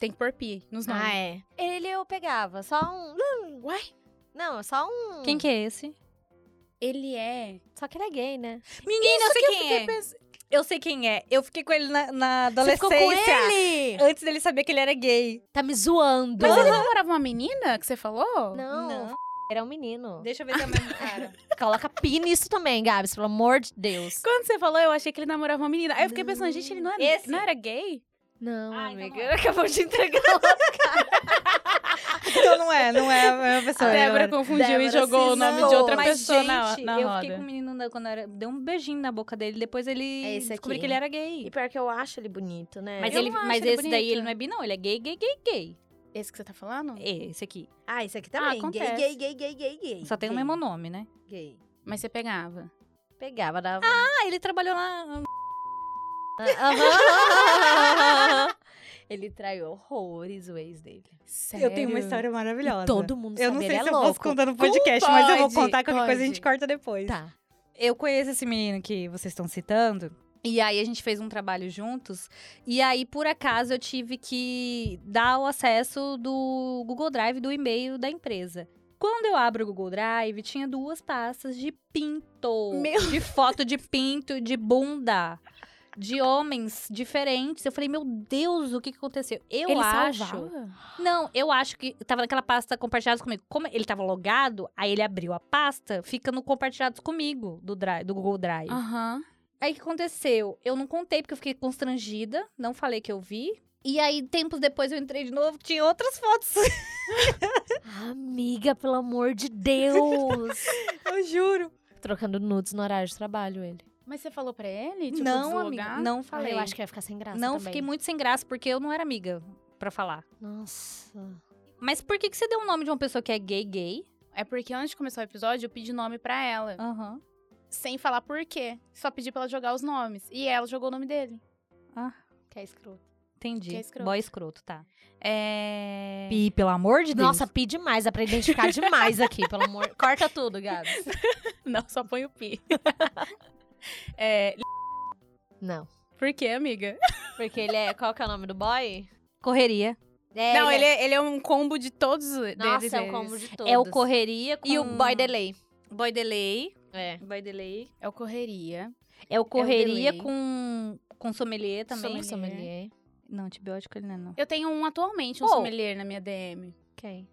Speaker 3: Tem que pôr pi nos nomes.
Speaker 4: Ah, é. Ele eu pegava, só um.
Speaker 3: Uai?
Speaker 4: Não, só um.
Speaker 2: Quem que é esse?
Speaker 3: Ele é.
Speaker 4: Só que ele é gay, né?
Speaker 2: Menina, eu sei quem
Speaker 3: Fiquei
Speaker 2: é.
Speaker 3: pens-
Speaker 2: Eu sei quem é. Eu fiquei com ele na, na
Speaker 4: Você
Speaker 2: adolescência.
Speaker 4: ficou com ele!
Speaker 2: Antes dele saber que ele era gay.
Speaker 4: Tá me zoando.
Speaker 3: Mas ele namorava uma menina que você falou?
Speaker 4: Não, era um menino.
Speaker 2: Deixa eu ver se é o mesmo cara.
Speaker 4: Coloca pi nisso também, Gabs, pelo amor de Deus.
Speaker 3: Quando você falou, eu achei que ele namorava uma menina. Aí eu fiquei
Speaker 4: Não.
Speaker 3: pensando, gente, ele não, é,
Speaker 2: Esse.
Speaker 3: não era gay?
Speaker 4: Não,
Speaker 2: Ah, então
Speaker 4: amiga.
Speaker 2: não
Speaker 4: Acabou de entregar o
Speaker 2: então não é, não é a mesma pessoa.
Speaker 3: A Débora
Speaker 2: Débora.
Speaker 3: confundiu
Speaker 4: Débora
Speaker 3: e jogou o
Speaker 4: se
Speaker 3: nome de
Speaker 4: zoou.
Speaker 3: outra
Speaker 4: Mas,
Speaker 3: pessoa na,
Speaker 2: gente,
Speaker 3: na
Speaker 2: eu
Speaker 3: roda.
Speaker 2: fiquei com o menino na- quando era, deu um beijinho na boca dele, depois ele
Speaker 4: É esse
Speaker 2: descobri
Speaker 4: aqui.
Speaker 2: que ele era gay.
Speaker 4: E pior que eu acho ele bonito, né?
Speaker 2: Mas
Speaker 3: Eu
Speaker 2: ele,
Speaker 3: não acho
Speaker 2: mas
Speaker 3: ele
Speaker 2: esse daí
Speaker 3: bonito.
Speaker 2: ele não é bi não, ele é gay, gay, gay, gay.
Speaker 3: Esse que você tá falando?
Speaker 2: É, esse aqui.
Speaker 4: Ah, isso aqui
Speaker 3: também.
Speaker 4: também.
Speaker 3: Gay,
Speaker 4: gay,
Speaker 3: gay,
Speaker 4: gay, gay, gay, gay, gay.
Speaker 2: Só tem o mesmo nome, né?
Speaker 4: Gay.
Speaker 3: Mas você pegava.
Speaker 4: Pegava, dava.
Speaker 2: Ah, ele trabalhou lá.
Speaker 4: Ah. ele traiu horrores o ex dele.
Speaker 3: Sério?
Speaker 2: maravilhosa.
Speaker 4: Todo mundo
Speaker 2: Eu não
Speaker 4: sabe, ele
Speaker 2: sei
Speaker 4: é
Speaker 2: se eu
Speaker 4: louco.
Speaker 2: posso contar no podcast, mas eu vou
Speaker 3: Pode,
Speaker 2: contar qualquer coisa a
Speaker 3: pode.
Speaker 2: gente corta depois.
Speaker 4: Tá.
Speaker 2: Eu conheço esse menino que vocês estão citando. E aí a gente fez um trabalho juntos. E aí, por acaso, eu tive que dar o acesso do Google Drive do e-mail da empresa. Quando eu abro o Google Drive, tinha duas pastas de pinto.
Speaker 3: Meu-
Speaker 2: De foto de pinto, de bunda. de homens diferentes. Eu falei, meu Deus, o que, que aconteceu? Eu
Speaker 3: ele
Speaker 2: acho.
Speaker 3: salvava?
Speaker 2: Não, eu acho que tava naquela pasta compartilhados comigo. Como ele tava logado, aí ele abriu a pasta, fica no compartilhados comigo do, Drive- do Google Drive.
Speaker 3: Aham.
Speaker 2: Aí o que aconteceu? Eu não contei porque eu fiquei constrangida, não falei que eu vi. E aí, tempos depois, eu entrei de novo, tinha outras fotos.
Speaker 4: Amiga, pelo amor de Deus!
Speaker 2: eu juro.
Speaker 4: Trocando nudes no horário de trabalho, ele.
Speaker 3: Mas você falou pra ele? Tipo,
Speaker 2: não,
Speaker 3: deslogar?
Speaker 2: amiga, não
Speaker 4: Falei,
Speaker 2: falei.
Speaker 4: eu acho que ia ficar sem graça.
Speaker 2: não,
Speaker 4: também.
Speaker 2: fiquei muito sem graça, porque eu não era amiga pra falar.
Speaker 4: Nossa.
Speaker 2: Mas por que, que você deu o nome de uma pessoa que é gay, gay?
Speaker 3: É porque antes de começar o episódio, eu pedi nome pra ela.
Speaker 2: Aham.
Speaker 3: Sem falar por quê. Só pedi pra ela jogar os nomes. E ela jogou o nome dele. Ah.
Speaker 4: Que é escroto.
Speaker 2: Entendi.
Speaker 3: Que é escroto.
Speaker 2: Boy escroto, tá.
Speaker 3: É.
Speaker 2: Pi, pelo amor de Deus.
Speaker 4: Nossa, pi demais. Dá pra identificar demais aqui, pelo amor. Corta tudo, Gabs.
Speaker 3: Não, só põe o pi. é.
Speaker 4: Não.
Speaker 3: Por quê, amiga?
Speaker 4: Porque ele é. Qual que é o nome do boy?
Speaker 2: correria.
Speaker 4: É,
Speaker 3: não, ele é, um ele é um combo de todos deles.
Speaker 4: Nossa, é o
Speaker 3: eles.
Speaker 4: combo de todos.
Speaker 2: É o correria com...
Speaker 4: E o boy delay.
Speaker 2: Boy delay.
Speaker 4: É.
Speaker 2: Boy delay.
Speaker 3: É o correria.
Speaker 2: É o correria
Speaker 3: delay.
Speaker 2: com... Com sommelier também.
Speaker 4: Sommelier. Sommelier.
Speaker 2: Não, antibiótico ele não é, não.
Speaker 3: Eu tenho um atualmente, um
Speaker 2: Oh.
Speaker 3: sommelier na minha DM.
Speaker 4: Quem?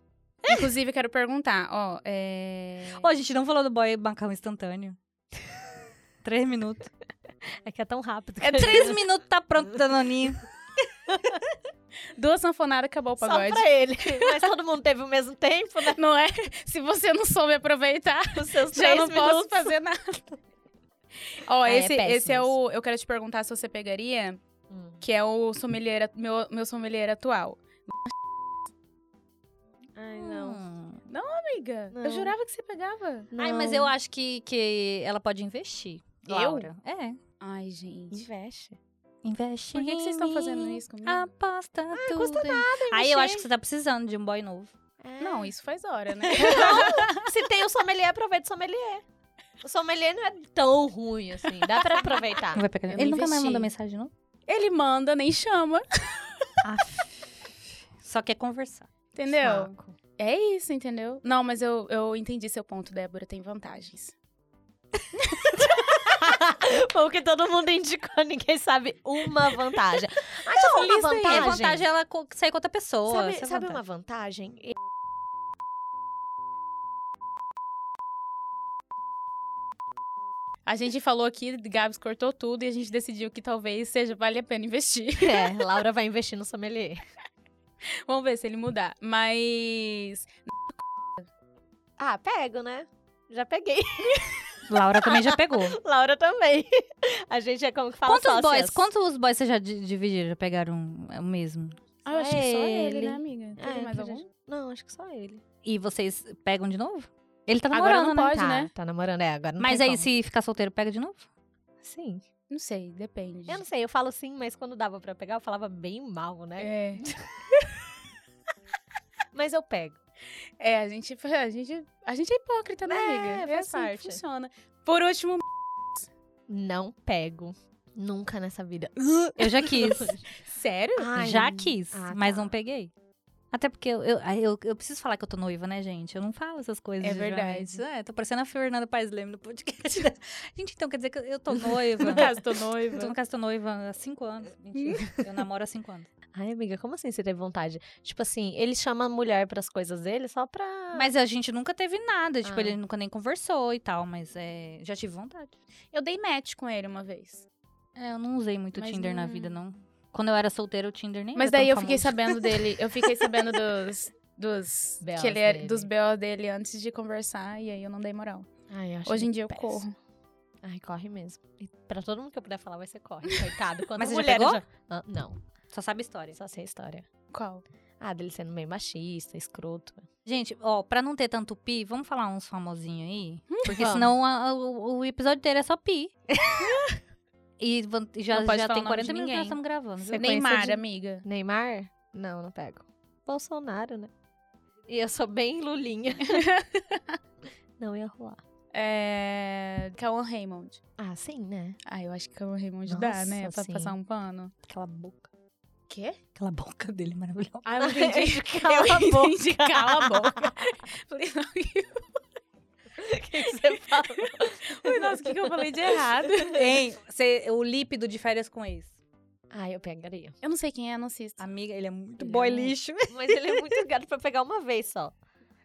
Speaker 3: Inclusive, eu quero perguntar, ó, é...
Speaker 2: Ô, a gente não falou do boy macarrão instantâneo. três minutos.
Speaker 4: É que é tão rápido.
Speaker 2: É três minutos, tá pronto, Danoninho.
Speaker 3: Duas sanfonadas, acabou o
Speaker 4: Só
Speaker 3: pagode.
Speaker 4: pra ele. Mas todo mundo teve o mesmo tempo, né?
Speaker 3: Não é? Se você não soube aproveitar,
Speaker 4: Os seus
Speaker 3: já
Speaker 4: três
Speaker 3: não
Speaker 4: minutos.
Speaker 3: posso fazer nada. Ó,
Speaker 4: É, é
Speaker 3: esse,
Speaker 4: péssimo
Speaker 3: esse é o... Eu quero te perguntar se você pegaria,
Speaker 4: Hum.
Speaker 3: que é o sommelier, at- meu, meu sommelier atual.
Speaker 4: Ai, não.
Speaker 3: Amiga,
Speaker 4: Não.
Speaker 3: eu jurava que você pegava.
Speaker 2: Hum.
Speaker 4: Hum.
Speaker 2: Ai, mas eu acho que, que ela pode investir.
Speaker 3: Eu?
Speaker 2: Laura. É.
Speaker 3: Ai, gente.
Speaker 4: Investe.
Speaker 2: Investe.
Speaker 3: Por que, que vocês estão fazendo isso comigo?
Speaker 2: Aposta tudo. Custa nada, Aí eu acho que você tá precisando de um boy novo.
Speaker 3: Ah, Não, isso faz hora, né?
Speaker 4: Se tem o sommelier, aproveita o sommelier. O sommelier não é tão ruim assim. Dá pra aproveitar.
Speaker 2: vai pegar
Speaker 3: Eu
Speaker 2: Ele
Speaker 3: não
Speaker 2: nunca mais
Speaker 3: investi.
Speaker 2: mandou mensagem, não?
Speaker 3: Ele manda, nem chama.
Speaker 2: Só quer conversar.
Speaker 3: Entendeu?
Speaker 4: Saco.
Speaker 3: É isso, entendeu? Não, mas eu, eu entendi seu ponto, Débora. Tem vantagens.
Speaker 4: Foi o que todo mundo indicou, ninguém sabe uma vantagem. Ah, já falou uma
Speaker 3: lista aí.
Speaker 4: vantagem.
Speaker 2: É vantagem ela co- sair com outra pessoa.
Speaker 4: Sabe,
Speaker 2: essa é
Speaker 4: sabe
Speaker 2: vantagem.
Speaker 4: uma vantagem?
Speaker 3: A gente falou aqui, Gabs cortou tudo e a gente decidiu que talvez seja vale a pena investir.
Speaker 4: É, Laura vai investir no sommelier.
Speaker 3: Vamos ver se ele mudar. Mas.
Speaker 4: Ah, pego, né? Já peguei.
Speaker 2: Laura também já pegou.
Speaker 4: Laura também. A gente é como que fala
Speaker 2: quantos,
Speaker 4: sócias.
Speaker 2: boys, quantos boys você já di- dividiram, já pegaram um- o mesmo?
Speaker 3: Ah, eu acho que só ele,
Speaker 4: ele.
Speaker 3: né, amiga? Teve
Speaker 4: É,
Speaker 3: mais
Speaker 4: que a
Speaker 3: algum?
Speaker 4: gente- Não, acho que só ele.
Speaker 2: E vocês pegam de novo? Ele tá
Speaker 3: Agora
Speaker 2: namorando,
Speaker 3: não
Speaker 2: né?
Speaker 3: pode,
Speaker 4: tá,
Speaker 3: né?
Speaker 4: Tá namorando, é, agora não
Speaker 2: Mas
Speaker 4: tem
Speaker 2: aí,
Speaker 4: como.
Speaker 2: se ficar solteiro, pega de novo?
Speaker 4: Sim.
Speaker 3: Não sei, depende.
Speaker 4: Eu não sei, eu falo sim, mas quando dava pra pegar, eu falava bem mal, né?
Speaker 3: É,
Speaker 4: Mas eu pego.
Speaker 3: é a, gente, a, gente, a gente é hipócrita, né,
Speaker 4: É,
Speaker 3: amiga? É
Speaker 4: faz
Speaker 3: assim que
Speaker 4: parte.
Speaker 3: funciona. Por último,
Speaker 4: Não pego. Nunca nessa vida.
Speaker 2: Eu já quis.
Speaker 3: sério?
Speaker 4: Ai,
Speaker 2: já quis,
Speaker 4: ah,
Speaker 2: mas
Speaker 4: tá.
Speaker 2: não peguei. Até porque eu, eu, eu, eu preciso falar que eu tô noiva, né, gente? Eu não falo essas coisas.
Speaker 3: É
Speaker 2: geralmente.
Speaker 3: verdade.
Speaker 2: É, tô parecendo a Fernanda Paes Leme no podcast. dela. gente, então quer dizer que eu- eu tô noiva.
Speaker 3: No caso, tô
Speaker 2: Eu tô
Speaker 3: noiva.
Speaker 2: no caso, tô noiva há cinco anos. Mentira. eu namoro há cinco anos.
Speaker 4: Ai, amiga, como assim você teve vontade? Tipo assim, ele chama a mulher pras coisas dele só pra.
Speaker 2: Mas a gente nunca teve nada. Tipo,
Speaker 4: Ah.
Speaker 2: ele nunca nem conversou e tal, mas é, já tive vontade.
Speaker 3: Eu dei match com ele uma vez.
Speaker 2: É, eu não usei muito
Speaker 3: Mas
Speaker 2: Tinder na
Speaker 3: não-
Speaker 2: vida, não. é. Quando eu era solteira, o Tinder nem
Speaker 3: Mas
Speaker 2: era tão
Speaker 3: daí eu fiquei
Speaker 2: famoso.
Speaker 3: sabendo dele, eu fiquei sabendo dos dos
Speaker 4: B.O.s
Speaker 3: que ele era-
Speaker 4: dele.
Speaker 3: dos BO dele antes de conversar e aí eu não dei moral.
Speaker 4: Ai, eu acho
Speaker 3: Hoje em
Speaker 4: ele
Speaker 3: dia eu
Speaker 4: péssimo.
Speaker 3: corro.
Speaker 4: Ai, corre mesmo. E pra todo mundo que eu puder falar, vai ser corre. Coitado.
Speaker 2: Mas
Speaker 4: Quantas
Speaker 2: você já
Speaker 4: mulheres
Speaker 2: pegou?
Speaker 4: Ah, não,
Speaker 2: Só sabe história.
Speaker 4: só sei a história.
Speaker 3: Qual?
Speaker 4: Ah, dele sendo meio machista, escroto.
Speaker 2: Gente, ó, pra não ter tanto pi, vamos falar uns famosinhos aí? Porque
Speaker 4: vamos.
Speaker 2: senão a- a- o, o episódio inteiro é só pi. e van- já,
Speaker 3: Não pode
Speaker 2: já
Speaker 3: falar
Speaker 2: tem
Speaker 3: o nome de
Speaker 2: 40 minutos que
Speaker 3: ninguém.
Speaker 2: nós estamos gravando. viu?
Speaker 4: Você
Speaker 3: Neymar,
Speaker 4: conheceu de-
Speaker 3: amiga.
Speaker 4: Neymar? Não, não pego. Bolsonaro, né? E eu sou bem lulinha. não ia rolar.
Speaker 3: É... Kawan Raymond.
Speaker 4: Ah, sim, né?
Speaker 3: Ah, eu acho que Kawan Raymond dá,
Speaker 4: Nossa,
Speaker 3: né? Pra
Speaker 4: sim.
Speaker 3: passar um pano.
Speaker 2: Aquela boca.
Speaker 3: Quê?
Speaker 2: Aquela boca dele maravilhosa.
Speaker 3: Ah, eu entendi.
Speaker 4: Cala a
Speaker 3: eu
Speaker 4: boca.
Speaker 3: entendi. Cala a boca. Falei, não,
Speaker 4: que que você fala?
Speaker 3: Nossa, o que, que eu falei de errado?
Speaker 2: Hein? Cê- o lípido de férias com ex.
Speaker 4: Ai, eu pegaria.
Speaker 3: Eu não sei quem é, não assisto.
Speaker 2: Amiga, ele é muito
Speaker 4: Ele
Speaker 2: boy
Speaker 4: é um-
Speaker 2: lixo.
Speaker 4: Mas ele é muito gato pra pegar uma vez só.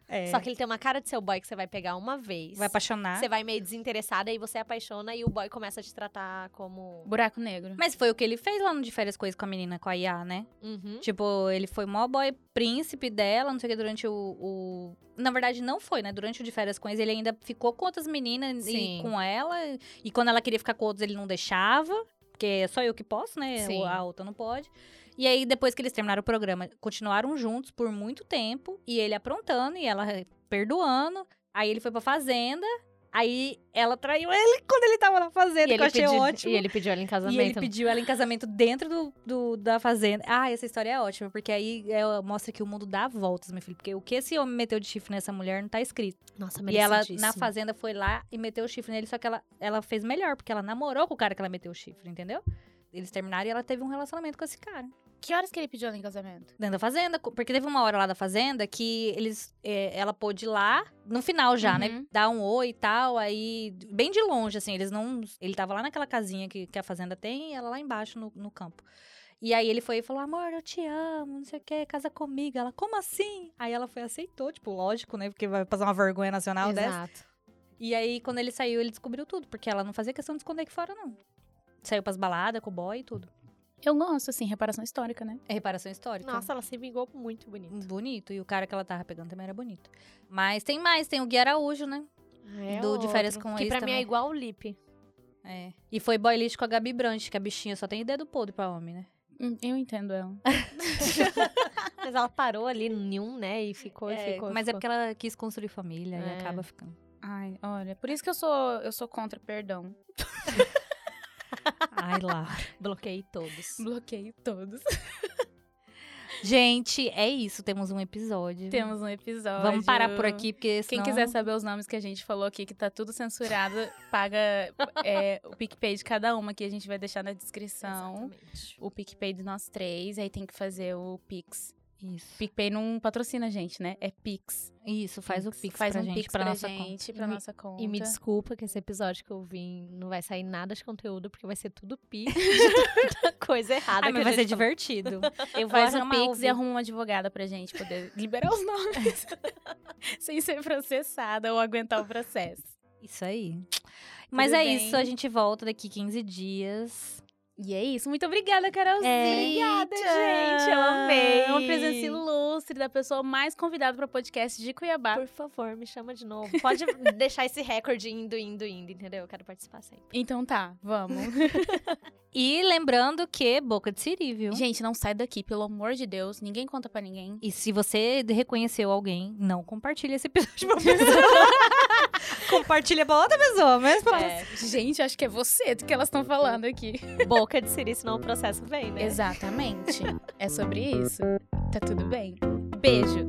Speaker 2: É.
Speaker 4: Só que ele tem uma cara de seu boy que você vai pegar uma vez.
Speaker 2: vai apaixonar.
Speaker 4: Você vai meio desinteressada e você apaixona e o boy começa a te tratar como.
Speaker 3: Buraco Negro.
Speaker 2: Mas foi o que ele fez lá no de férias com ex com a menina, com a Iá, né?
Speaker 4: Uhum.
Speaker 2: Tipo, ele foi mó boy príncipe dela, não sei o que, durante o, o- Na verdade, não foi, né? Durante o de férias com eles, ele ainda ficou com outras meninas
Speaker 4: Sim.
Speaker 2: e com ela. E quando ela queria ficar com outros, ele não deixava. Porque é só eu que posso, né?
Speaker 4: Sim.
Speaker 2: O- A outra não pode. E aí, depois que eles terminaram o programa, continuaram juntos por muito tempo. E ele aprontando e ela perdoando. Aí ele foi pra fazenda. Aí ela traiu ele quando ele tava na fazenda, que eu achei
Speaker 4: pediu,
Speaker 2: ótimo.
Speaker 4: e ele pediu ela em casamento.
Speaker 2: E ele pediu ela em casamento dentro do, do- da fazenda. Ah, essa história é ótima, porque aí é, mostra que o mundo dá voltas, meu filho. Porque o que esse homem meteu de chifre nessa mulher não tá escrito.
Speaker 4: Nossa,
Speaker 2: E ela,
Speaker 4: merecidíssimo.
Speaker 2: na fazenda, foi lá e meteu o chifre nele, só que ela, ela fez melhor, porque ela namorou com o cara que ela meteu o chifre, entendeu? Eles terminaram e ela teve um relacionamento com esse cara.
Speaker 3: Que horas que ele pediu ela em casamento?
Speaker 2: Dentro da fazenda, co- porque teve uma hora lá da fazenda que eles, é, ela pôde ir lá, no final já, né?
Speaker 3: Uhum.
Speaker 2: Dar um oi e tal, aí, bem de longe, assim, eles não. Ele tava lá naquela casinha que, que a fazenda tem e ela lá embaixo no, no campo. E aí ele foi e falou: amor, eu te amo, não sei o quê, casa comigo. Ela, como assim? Aí ela foi e aceitou, tipo, lógico, né? Porque vai passar uma vergonha nacional dessa.
Speaker 4: Exato.
Speaker 2: E aí, quando ele saiu, ele descobriu tudo, porque ela não fazia questão de esconder aqui fora, não. Saiu pras baladas com o boy e tudo.
Speaker 3: Eu gosto, assim, reparação histórica, né?
Speaker 2: É reparação histórica.
Speaker 4: Nossa, ela se vingou muito bonito.
Speaker 2: Bonito. E o cara que ela tava pegando também era bonito. Mas tem mais, tem o Gui Araújo, né?
Speaker 4: É
Speaker 2: Do de
Speaker 4: outro.
Speaker 2: férias com
Speaker 4: Que
Speaker 2: ex
Speaker 4: pra mim
Speaker 2: também.
Speaker 4: é igual o Lip.
Speaker 2: É. E foi boy lixo com a Gabi Branche, que a bichinha só tem ideia do podre pra homem, né?
Speaker 3: Hum, Eu entendo ela.
Speaker 4: Mas ela parou ali em um, né? E ficou, e ficou.
Speaker 2: mas é
Speaker 4: ficou.
Speaker 2: porque ela quis construir família
Speaker 4: É.
Speaker 2: e acaba ficando.
Speaker 3: Ai, olha, por isso que eu sou, eu sou contra perdão.
Speaker 2: Ai, lá.
Speaker 4: Bloqueei todos.
Speaker 3: Bloqueio todos.
Speaker 2: Gente, é isso. Temos um episódio.
Speaker 3: Temos um episódio.
Speaker 2: Vamos parar por aqui, porque
Speaker 3: Quem
Speaker 2: senão... é
Speaker 3: quiser saber os nomes que a gente falou aqui, que tá tudo censurado, paga é, o PicPay de cada uma, que a gente vai deixar na descrição.
Speaker 2: Então.
Speaker 4: Exatamente.
Speaker 3: O PicPay de nós três, aí tem que fazer o Pix.
Speaker 2: Isso.
Speaker 3: PicPay não patrocina a gente, né? É Pix.
Speaker 2: Isso, faz o Pix
Speaker 3: Faz
Speaker 2: pra
Speaker 3: um
Speaker 2: gente,
Speaker 3: Pix
Speaker 2: pra,
Speaker 3: pra,
Speaker 2: nossa conta. Uhum.
Speaker 3: gente, pra
Speaker 4: E me-
Speaker 3: nossa conta.
Speaker 4: E me desculpa que esse episódio que eu vim não vai sair nada de conteúdo, porque vai ser tudo pi de tanta coisa errada.
Speaker 2: Ah,
Speaker 4: que
Speaker 2: mas
Speaker 4: a
Speaker 2: vai ser
Speaker 4: gente falou.
Speaker 2: divertido.
Speaker 3: Eu
Speaker 2: Faz
Speaker 3: faço
Speaker 2: um
Speaker 3: um Pix
Speaker 2: Pix
Speaker 3: e arrumo uma advogada pra gente poder liberar os nomes. sem ser processada ou aguentar o processo.
Speaker 2: Isso aí. Mas é
Speaker 3: bem.
Speaker 2: isso, a gente volta daqui 15 dias.
Speaker 3: E é isso. Muito obrigada, Carolzinha.
Speaker 4: Obrigada, gente, eu amei.
Speaker 3: É Uma presença ilustre da pessoa mais convidada para podcast de Cuiabá.
Speaker 4: Por favor, me chama de novo. Pode deixar esse recorde indo, indo, indo, entendeu? Eu quero participar sempre.
Speaker 3: Então tá, vamos.
Speaker 2: E lembrando que boca de siri, viu?
Speaker 3: gente, não sai daqui, pelo amor de Deus. Ninguém conta pra ninguém.
Speaker 2: E se você reconheceu alguém, não compartilha esse episódio pra pessoa. É. compartilha pra outra pessoa, mas pra você.
Speaker 3: Gente, acho que é você do que elas estão falando aqui.
Speaker 4: Boca de Siri, senão o processo vem, né?
Speaker 3: Exatamente. é sobre isso. Tá tudo bem. Beijo.